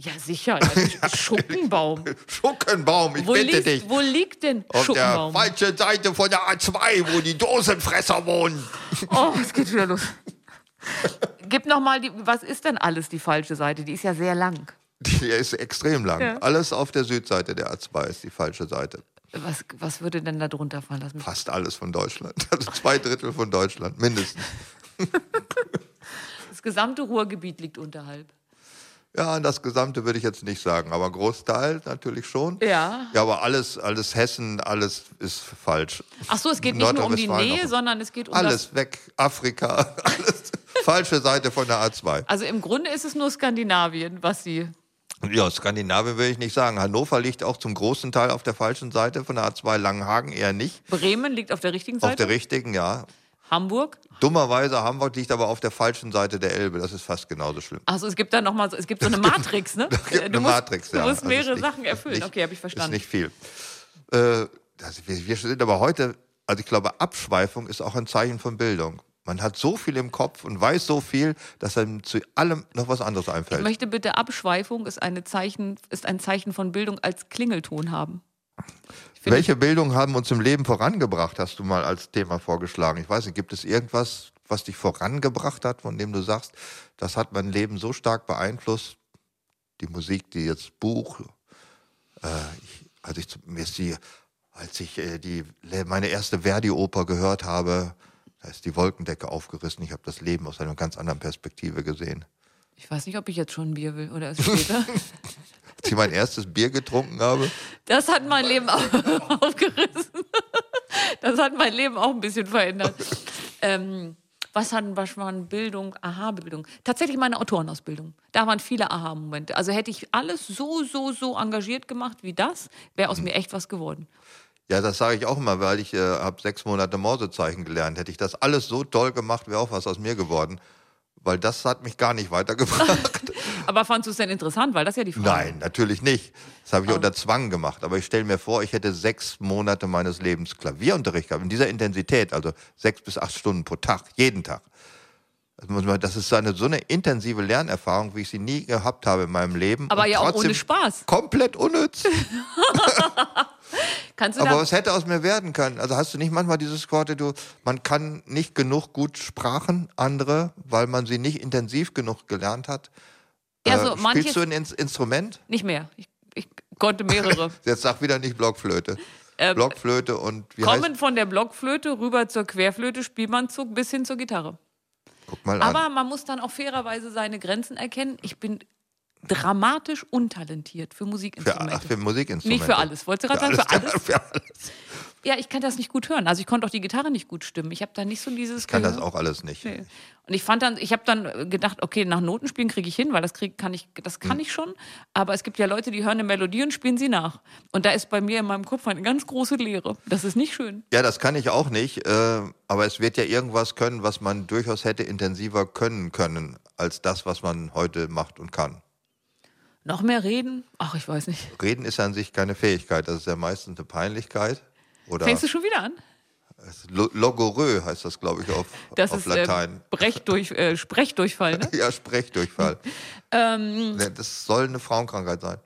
Ja, sicher. <laughs> Ja, Sch- Schuckenbaum. Schuckenbaum, ich Wo bitte liegt, dich. wo liegt denn Auf der Schuckenbaum? falschen Seite von der A2, wo die Dosenfresser wohnen. Oh, es geht wieder los. Gib noch mal die, was ist denn alles die falsche Seite? Die ist ja sehr lang. Die ist extrem lang. Ja. Alles auf der Südseite der A2 ist die falsche Seite. Was, was würde denn da drunter fallen? Lass mich. Fast alles von Deutschland. <laughs> Also zwei Drittel von Deutschland, mindestens. Das gesamte Ruhrgebiet liegt unterhalb. Ja, das Gesamte würde ich jetzt nicht sagen, aber ein Großteil natürlich schon. Ja. Ja, aber alles, alles Hessen, alles ist falsch. Ach so, es geht nicht nur um die Nordrhein-Westfalen Nähe, noch. sondern es geht um das. Alles weg, Afrika, <laughs> alles falsche Seite von der A2. Also im Grunde ist es nur Skandinavien, was sie. Ja, Skandinavien will ich nicht sagen. Hannover liegt auch zum großen Teil auf der falschen Seite von der A2, Langenhagen eher nicht. Bremen liegt auf der richtigen Auf Seite. der richtigen, ja. Hamburg. Dummerweise Hamburg liegt aber auf der falschen Seite der Elbe. Das ist fast genauso schlimm. Achso, es gibt da noch mal so, es gibt so eine Matrix, ne? <laughs> Es gibt du eine musst, Matrix, du ja. musst Also mehrere ist nicht- Sachen erfüllen. nicht- okay, habe ich Ist verstanden. nicht viel. Äh, das, wir, wir sind aber heute, also ich glaube, Abschweifung ist auch ein Zeichen von Bildung. Man hat so viel im Kopf und weiß so viel, dass einem zu allem noch was anderes Ich einfällt. möchte bitte Abschweifung ist, eine Zeichen, ist ein Zeichen von Bildung als Klingelton haben. finde- Welche Bildung haben uns im Leben vorangebracht, hast du mal als Thema vorgeschlagen. Ich weiß nicht, gibt es irgendwas, was dich vorangebracht hat, von dem du sagst, das hat mein Leben so stark beeinflusst? Die Musik, die jetzt Buch, als ich, zum- mir ist die, als ich äh, die, le- meine erste Verdi-Oper gehört habe, da ist die Wolkendecke aufgerissen. Ich habe das Leben aus einer ganz anderen Perspektive gesehen. Ich weiß nicht, ob ich jetzt schon ein Bier will oder <laughs> erst später. Als ich mein erstes Bier getrunken habe, Das hat mein Leben <laughs> au- aufgerissen. Das hat mein Leben auch ein bisschen verändert. Ähm, was, hatten, was waren Bildung, Aha-Bildung? Tatsächlich meine Autorenausbildung. Da waren viele Aha-Momente. Also hätte ich alles so, so, so engagiert gemacht wie das, wäre Mhm. aus mir echt was geworden. Ja, das sage ich auch immer, weil ich äh, habe sechs Monate Morsezeichen gelernt. Hätte ich das alles so toll gemacht, wäre auch was aus mir geworden. Weil das hat mich gar nicht <laughs> weitergebracht. Aber fandst du es denn interessant? Weil das ist ja die Frage. Nein, natürlich nicht. Das Ah. habe ich unter Zwang gemacht. Aber ich stelle mir vor, ich hätte sechs Monate meines Lebens Klavierunterricht gehabt. In dieser Intensität, also sechs bis acht Stunden pro Tag, jeden Tag. Das muss man- Das ist so eine, so eine intensive Lernerfahrung, wie ich sie nie gehabt habe in meinem Leben. Aber Und ja auch trotzdem ohne Spaß. Komplett unnütz. Kannst du Aber äh, da was hätte aus mir werden können? Also hast du nicht manchmal dieses Quote, du, man kann nicht genug gut Sprachen, andere, weil man sie nicht intensiv genug gelernt hat? Äh, Ja, so manches- spielst du ein Ins- Instrument? nicht mehr. Ich, ich <laughs> konnte mehrere. Jetzt sag wieder nicht Blockflöte. Blockflöte und wie heißt Ähm, Kommen von der Blockflöte rüber zur Querflöte, Spielmannzug bis hin zur Gitarre. Guck mal an. Aber man muss dann auch fairerweise seine Grenzen erkennen. Ich bin dramatisch untalentiert für Für, Musikinstrumente. ach, für Musikinstrumente. nicht für alles. Wolltest du gerade sagen, Alles für alles? klar, <laughs> für alles. Ja, ich kann das nicht gut hören. Also ich konnte auch die Gitarre nicht gut stimmen. Ich habe da nicht so dieses Ich kann das Gehör. auch alles nicht. Nee. Und ich fand dann, ich habe dann gedacht, okay, nach Notenspielen kriege ich hin, weil das krieg, kann ich, das Hm. kann ich schon. Aber es gibt ja Leute, die hören eine Melodie und spielen sie nach. Und da ist bei mir in meinem Kopf eine ganz große Leere. Das ist nicht schön. Ja, das kann ich auch nicht. Äh, aber es wird ja irgendwas können, was man durchaus hätte intensiver können können, als das, was man heute macht und kann. Noch mehr reden? Ach, ich weiß nicht. Reden ist an sich keine Fähigkeit, das ist ja meistens eine Peinlichkeit. Oder Fängst du schon wieder an? Lo- Logorö heißt das, glaube ich, auf, Das auf ist Latein. <laughs> Ähm, Brechdurch, äh, Sprechdurchfall, ne? ja, <laughs> Sprechdurchfall. Ähm, Ne, Das soll eine Frauenkrankheit sein.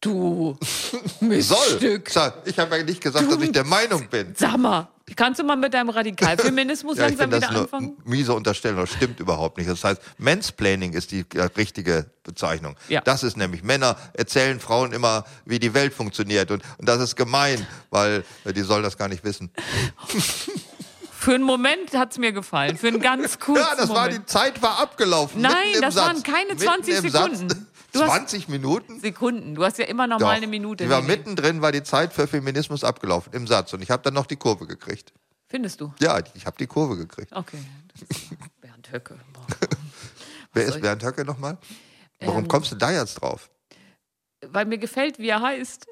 Du <laughs> Soll. Miststück. Sag, Ich habe ja nicht gesagt, dass ich der Meinung bin. Sag mal, kannst du mal mit deinem Radikalfeminismus Ja, ich langsam finde wieder das nur anfangen? miese Unterstellung. Das stimmt überhaupt nicht. Das heißt, Mansplaining ist die äh, richtige Bezeichnung. Ja. Das ist nämlich, Männer erzählen Frauen immer, wie die Welt funktioniert. Und, und das ist gemein, weil äh, die sollen das gar nicht wissen. Für einen Moment hat es mir gefallen. Für einen ganz kurzen <laughs> Ja, das war Moment. die Zeit war abgelaufen. Nein, mitten im das Satz. waren keine Mitten 20 im Satz. Sekunden. Du hast- 20 Minuten? Sekunden. Du hast ja immer noch Doch. mal eine Minute. Die war Nee, nee. mittendrin, war die Zeit für Feminismus abgelaufen im Satz. Und ich habe dann noch die Kurve gekriegt. Findest du? Ja, ich habe die Kurve gekriegt. Okay. Das ist Bernd Höcke. Boah. Wer ist soll ich- Ähm. Bernd Höcke nochmal? Warum kommst du da jetzt drauf? Weil mir gefällt, wie er heißt.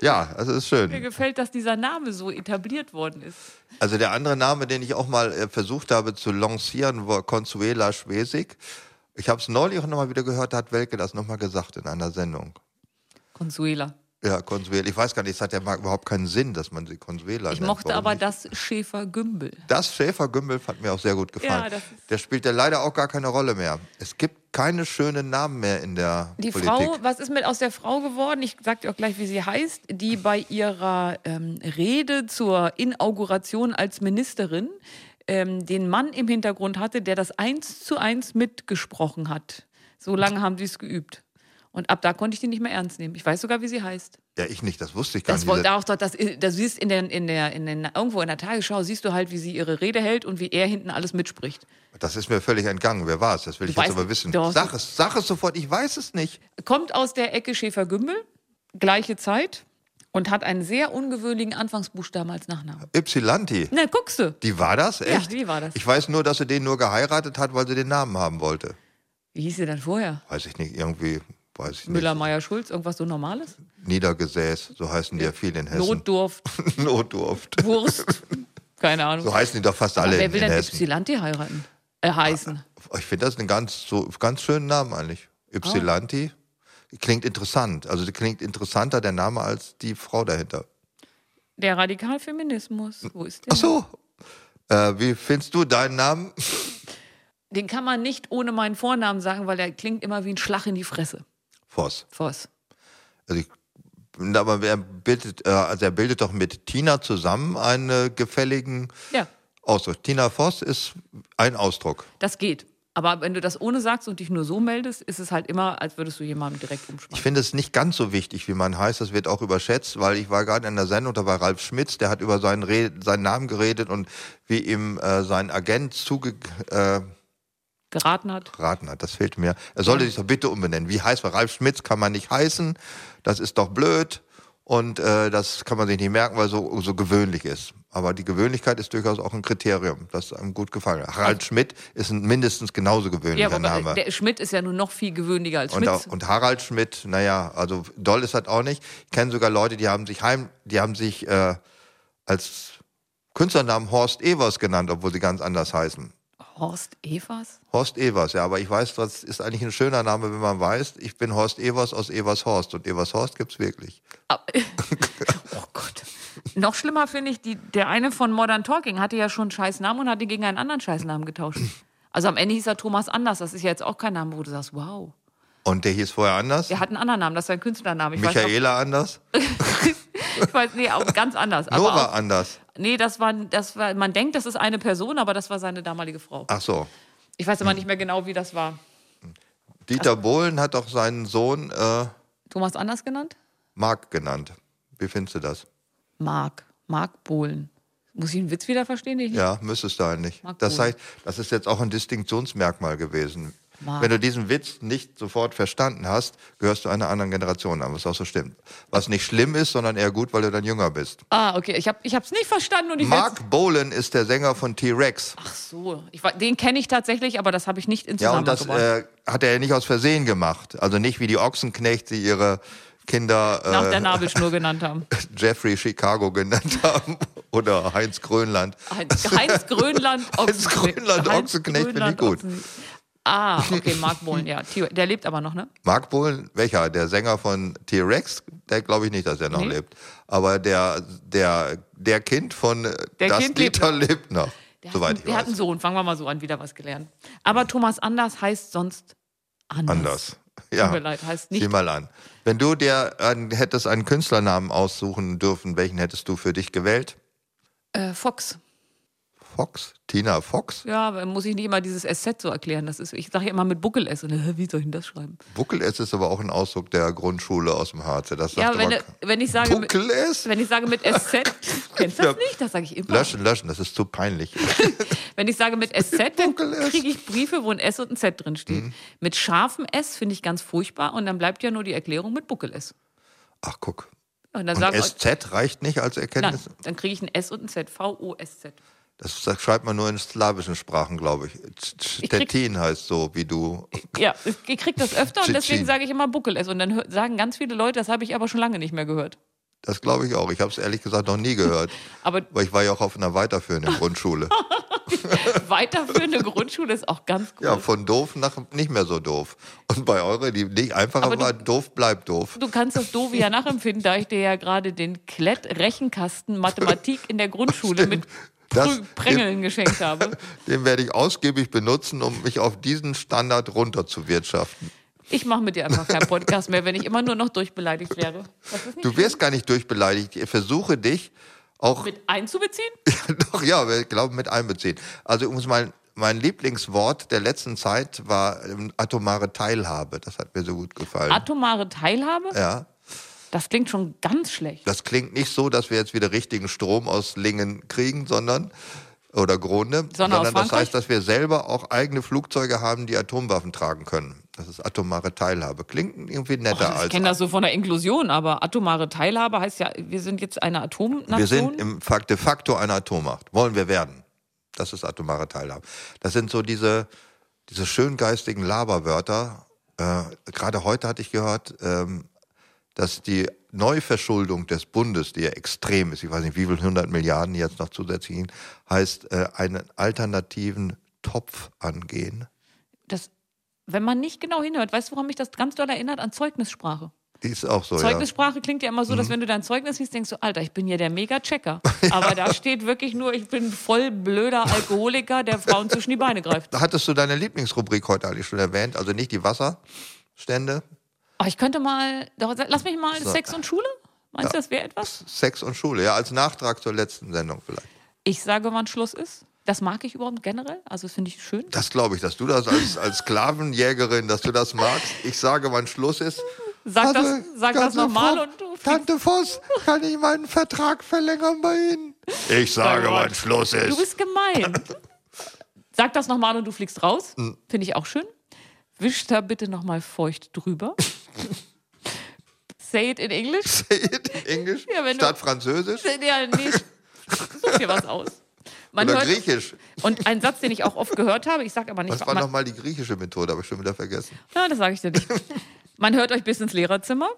Ja, also ist Mir schön. gefällt, dass dieser Name so etabliert worden ist. Also der andere Name, den ich auch mal äh, versucht habe zu lancieren, war Consuela Schwesig. Ich habe es neulich auch nochmal wieder gehört, da hat Welke das nochmal gesagt in einer Sendung. Consuela. Ja, Consuela. Ich weiß gar nicht, es hat ja mal überhaupt keinen Sinn, dass man sie Consuela Ich nennt. mochte Warum aber nicht? das Schäfer-Gümbel. Das Schäfer-Gümbel fand mir auch sehr gut gefallen. Ja, das der spielt ja leider auch gar keine Rolle mehr. Es gibt keine schönen Namen mehr in der Die Politik. Frau, was ist mit aus der Frau geworden? Ich sag dir auch gleich, wie sie heißt, die bei ihrer ähm, Rede zur Inauguration als Ministerin ähm, den Mann im Hintergrund hatte, der das eins zu eins mitgesprochen hat. So lange haben sie es geübt. Und ab da konnte ich die nicht mehr ernst nehmen. Ich weiß sogar, wie sie heißt. ja, ich nicht, das wusste ich gar Das nicht. wollte auch doch, das, das siehst in der, in der, in den, irgendwo in der Tagesschau siehst du halt, wie sie ihre Rede hält und wie er hinten alles mitspricht. das ist mir völlig entgangen. Wer war es? Das will ich jetzt weißt- aber wissen. Doch. Sag es, sag es sofort, ich weiß es nicht. kommt aus der Ecke Schäfer-Gümbel, gleiche Zeit und hat einen sehr ungewöhnlichen Anfangsbuchstaben als Nachnamen. Ypsilanti. Na, guckst du. Die war das? Ja, Echt? die war das. Ich weiß nur, dass sie den nur geheiratet hat, weil sie den Namen haben wollte. Wie hieß sie denn vorher? Weiß ich nicht, irgendwie, weiß ich Müller, Meier, Schulz, irgendwas so Normales? nicht. Niedergesäß, so heißen die ja viele in Hessen. <laughs> Notdurft, Notdurft. <laughs> Wurst, keine Ahnung. So heißen die doch fast alle Wer in, will in denn Hessen. Ypsilanti heiraten? Äh, heißen. Ich finde das einen ganz, so, ganz schönen Namen eigentlich. Ypsilanti. Klingt interessant. Also die klingt interessanter der Name als die Frau dahinter. Der Radikalfeminismus, wo ist der? Ach so. Äh, wie findest du deinen Namen? Den kann man nicht ohne meinen Vornamen sagen, weil der klingt immer wie ein Schlag in die Fresse. Voss. Voss. Also ich, aber er bildet, äh, also er bildet doch mit Tina zusammen einen äh, gefälligen Ja, Ausdruck. Tina Voss ist ein Ausdruck. das geht. Aber wenn du das ohne sagst und dich nur so meldest, ist es halt immer, als würdest du jemandem direkt umschmeißen. Ich finde es nicht ganz so wichtig, wie man heißt. Das wird auch überschätzt, weil ich war gerade in der Sendung, da war Ralf Schmitz, der hat über seinen, Re seinen Namen geredet und wie ihm äh, sein Agent zugeraten geraten hat. hat. Das fehlt mir. Er sollte sich doch bitte umbenennen. Wie heißt man? Ralf Schmitz kann man nicht heißen. Das ist doch blöd. Und äh, das kann man sich nicht merken, weil so so gewöhnlich ist. Aber die Gewöhnlichkeit ist durchaus auch ein Kriterium, das einem gut gefallen hat. Harald Schmidt ist ein mindestens genauso Ja, gewöhnlicher aber Name. der Schmidt ist ja nun noch viel gewöhnlicher als Und, Schmidt. auch, und Harald Schmidt, naja, also doll ist halt auch nicht. Ich kenne sogar Leute, die haben sich heim, die haben sich äh, als Künstlernamen Horst Evers genannt, obwohl sie ganz anders heißen. Horst Evers? Horst Evers, ja, aber ich weiß, das ist eigentlich ein schöner Name, wenn man weiß, ich bin Horst Evers aus Evershorst und Evershorst gibt's wirklich. Ah, oh Gott. Noch schlimmer finde ich, die, der eine von Modern Talking hatte ja schon einen Scheißnamen und hatte gegen einen anderen Scheißnamen getauscht. Also am Ende hieß er Thomas Anders. Das ist ja jetzt auch kein Name, wo du sagst, wow. Und der hieß vorher anders, Der hat einen anderen Namen, das ist ein Künstlername. Ich weiß, Michaela anders, noch- ich weiß nee, auch ganz anders. Aber Nora auch, anders. nee, das war, das war, man denkt, das ist eine Person, aber das war seine damalige Frau. Ach so. Ich weiß aber nicht mehr genau, wie das war. Dieter Also Bohlen hat auch seinen Sohn äh, Thomas Anders genannt? Marc genannt. Wie findest du das? Mark. Mark Bohlen. Muss ich einen Witz wieder verstehen? Den ich Ja, müsstest du eigentlich. Marc Das Bohlen. heißt, das ist jetzt auch ein Distinktionsmerkmal gewesen. Marc. Wenn du diesen Witz nicht sofort verstanden hast, gehörst du einer anderen Generation an, was auch so stimmt. Was nicht schlimm ist, sondern eher gut, weil du dann jünger bist. Ah, okay. Ich habe es nicht verstanden und ich werd's- Mark Bolan ist der Sänger von T-Rex. Ach so. Ich, wa- den kenne ich tatsächlich, aber das habe ich nicht in Ja, Zusammenhang und das gebracht. äh, hat er ja nicht aus Versehen gemacht. Also nicht wie die Ochsenknechte ihre nach Kinder der Nabelschnur genannt haben. äh, <laughs> Jeffrey Chicago genannt haben <laughs> oder Heinz Grönland. Heinz, Heinz Grönland Ochsenknecht. Grönland Ochsenknecht finde ich Grönland gut. Ochsenknecht. Ah, okay, Mark Bohlen, ja. Theo- Der lebt aber noch, ne? Mark Bohlen, welcher? Der Sänger von T-Rex? Der glaube ich nicht, dass er noch Nee. lebt. Aber der, der, der Kind von äh, Der Das Kind lebt Dieter lebt noch. Der soweit hat, ich der hat einen weiß. Sohn, fangen wir mal so an, wieder was gelernt. Aber Thomas Anders heißt sonst anders. Anders. Ja. Tut mir leid, heißt Sieh nicht. mal an. Wenn du dir einen, hättest einen Künstlernamen aussuchen dürfen, welchen hättest du für dich gewählt? Äh, Fox. Fox? Tina Fox? Ja, aber muss ich nicht immer dieses SZ so erklären. Das ist, ich sage ja immer mit Buckel S und äh, wie soll ich denn das schreiben? Buckel S ist aber auch ein Ausdruck der Grundschule aus dem Harz. Das sagt Ja, wenn, aber äh, wenn ich sage, mit, Buckel S? wenn ich sage mit SZ, <laughs> kennst du Ja. das nicht? Das sage ich immer. Löschen, löschen, das ist zu peinlich. Wenn ich sage mit SZ, dann Dunkel ist. Mhm. kriege ich Briefe, wo ein S und ein Z drin steht. Mit scharfem S finde ich ganz furchtbar und dann bleibt ja nur die Erklärung mit Buckel S. Ach, guck. Und dann Und sage ich, SZ reicht nicht als nein, Erkenntnis. dann kriege ich ein S und ein <laughs> Z, V-O-S-Z. Das, das schreibt man nur in slawischen Sprachen, glaube ich. Ich krieg- Stettin heißt so, wie du. Ja, ich kriege das öfter und deswegen Tschitschin. sage ich immer Buckel S. Und dann hö- sagen ganz viele Leute, das habe ich aber schon lange nicht mehr gehört. Das glaube ich auch. Ich habe es ehrlich gesagt noch nie gehört. Aber Weil ich war ja auch auf einer <laughs> weiterführenden Grundschule. <laughs> weiterführende Grundschule ist auch ganz gut. Ja, von doof nach nicht mehr so doof. Und bei eurer, die nicht einfacher Aber du- war, doof bleibt doof. Du kannst das Doofe ja nachempfinden, da ich dir ja gerade den Klett-Rechenkasten Mathematik in der Grundschule mit Das- Prü Prängeln geschenkt habe. Den werde ich ausgiebig benutzen, um mich auf diesen Standard runterzuwirtschaften. Ich mache mit dir einfach keinen Podcast mehr, wenn ich immer nur noch durchbeleidigt wäre. Das ist nicht <laughs> Du wirst gar nicht durchbeleidigt. Ich versuche dich auch mit einzubeziehen? <laughs> Doch, ja, wir glauben mit einbeziehen. Also ich muss mein, mein Lieblingswort der letzten Zeit war ähm, atomare Teilhabe. Das hat mir so gut gefallen. Atomare Teilhabe? ja. Das klingt schon ganz schlecht. Das klingt nicht so, dass wir jetzt wieder richtigen Strom aus Lingen kriegen, sondern oder Grone, Sondern aus das Frankreich? heißt, dass wir selber auch eigene Flugzeuge haben, die Atomwaffen tragen können. Das ist atomare Teilhabe. Klingt irgendwie netter Also, Ich als kenne Oh, das so von der Inklusion, aber atomare Teilhabe heißt ja, wir sind jetzt eine Atomnation. Wir sind im Fakt de facto eine Atommacht. Wollen wir werden. Das ist atomare Teilhabe. Das sind so diese, diese schön geistigen Laberwörter. Äh, Gerade heute hatte ich gehört, ähm, dass die Neuverschuldung des Bundes, die ja extrem ist, ich weiß nicht, wie viel hundert Milliarden jetzt noch zusätzlich hin, heißt, äh, einen alternativen Topf angehen. das, wenn man nicht genau hinhört, weißt du, woran mich das ganz doll erinnert? An Zeugnissprache. Die ist auch so, ja. Mhm. Zeugnissprache klingt ja immer so, dass wenn du dein Zeugnis liest, denkst du, Alter, ich bin hier der <laughs> Mega-Checker. Aber da steht wirklich nur, ich bin voll blöder Alkoholiker, der Frauen zwischen die Beine greift. Hattest du deine Lieblingsrubrik heute eigentlich schon erwähnt? Also nicht die Wasserstände, Oh, ich könnte mal, doch, lass mich mal So. Sex und Schule. Meinst du, das wäre etwas? Sex und Schule. Ja, als Nachtrag zur letzten Sendung vielleicht. Ich sage, wann Schluss ist. Das mag ich überhaupt generell. Also das finde ich schön. Das glaube ich, dass du das als, als Sklavenjägerin, dass du das magst. Ich sage, wann Schluss ist. Sag das, Also, sag das ganze nochmal Frau- und du fliegst. Tante Voss, kann ich meinen Vertrag verlängern bei Ihnen? Ich sage, Gott. wann Schluss Du ist. <laughs> bist gemein. Sag das nochmal und du fliegst raus. Mhm. Finde ich auch schön. Wisch da bitte nochmal feucht <laughs> drüber. Say it in English. Englisch Ja, wenn du- statt Französisch. Ja, nee. Such dir was aus. <laughs> Man Oder hört- griechisch. und ein Satz, den ich auch oft gehört habe, ich sage aber nicht, Was war man, nochmal die griechische Methode? Habe ich schon wieder vergessen. Ja, das sage ich dir nicht. Man hört euch bis ins Lehrerzimmer.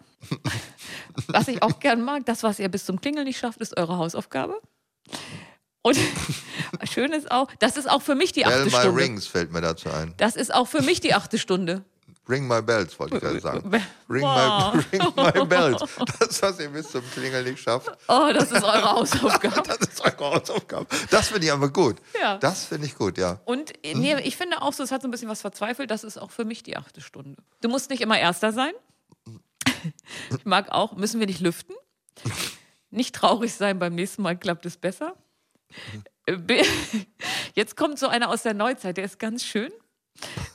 Was ich auch gern mag, das, was ihr bis zum Klingeln nicht schafft, ist eure Hausaufgabe. Und <laughs> schön ist auch, das ist auch für mich die Bell achte my Stunde. rings fällt mir dazu ein. Das ist auch für mich die achte Stunde. Ring my bells, wollte ich gerade <laughs> sagen. Be- Ring, Wow. my, <laughs> ring <laughs> my bells. Das, was ihr bis zum Klingeln nicht schafft, Oh, das ist eure Hausaufgabe. das ist eure Hausaufgabe. Das finde ich aber gut. Ja. Das finde ich gut, ja. Und äh, nee, Mhm. ich finde auch so, es hat so ein bisschen was verzweifelt, das ist auch für mich die achte Stunde. Du musst nicht immer Erster sein. Mhm. Ich mag auch, müssen wir nicht lüften. Nicht traurig sein, beim nächsten Mal klappt es besser. Mhm. Äh, bi- <laughs> Jetzt kommt so einer aus der Neuzeit, der ist ganz schön.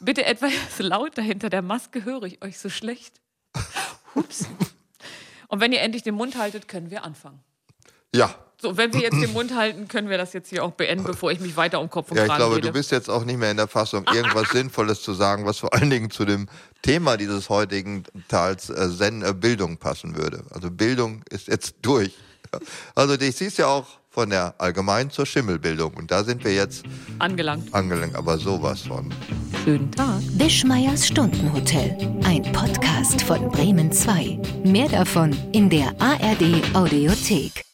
Bitte etwas lauter hinter der Maske höre ich euch so schlecht. Ups. Und wenn ihr endlich den Mund haltet, können wir anfangen. Ja. So, wenn wir jetzt den Mund halten, können wir das jetzt hier auch beenden, bevor ich mich weiter um Kopf und Ja, ich Kragen glaube, rede. du bist jetzt auch nicht mehr in der Fassung, irgendwas Sinnvolles zu sagen, was vor allen Dingen zu dem Thema dieses heutigen Teils äh, Zen äh, Bildung passen würde. Also Bildung ist jetzt <laughs> durch. Ja. Also dich siehst ja auch von der allgemein zur Schimmelbildung. Und da sind wir jetzt angelangt. angelangt, aber sowas von. Schönen Tag. Wischmeiers Stundenhotel. Ein Podcast von Bremen 2. Mehr davon in der ARD Audiothek.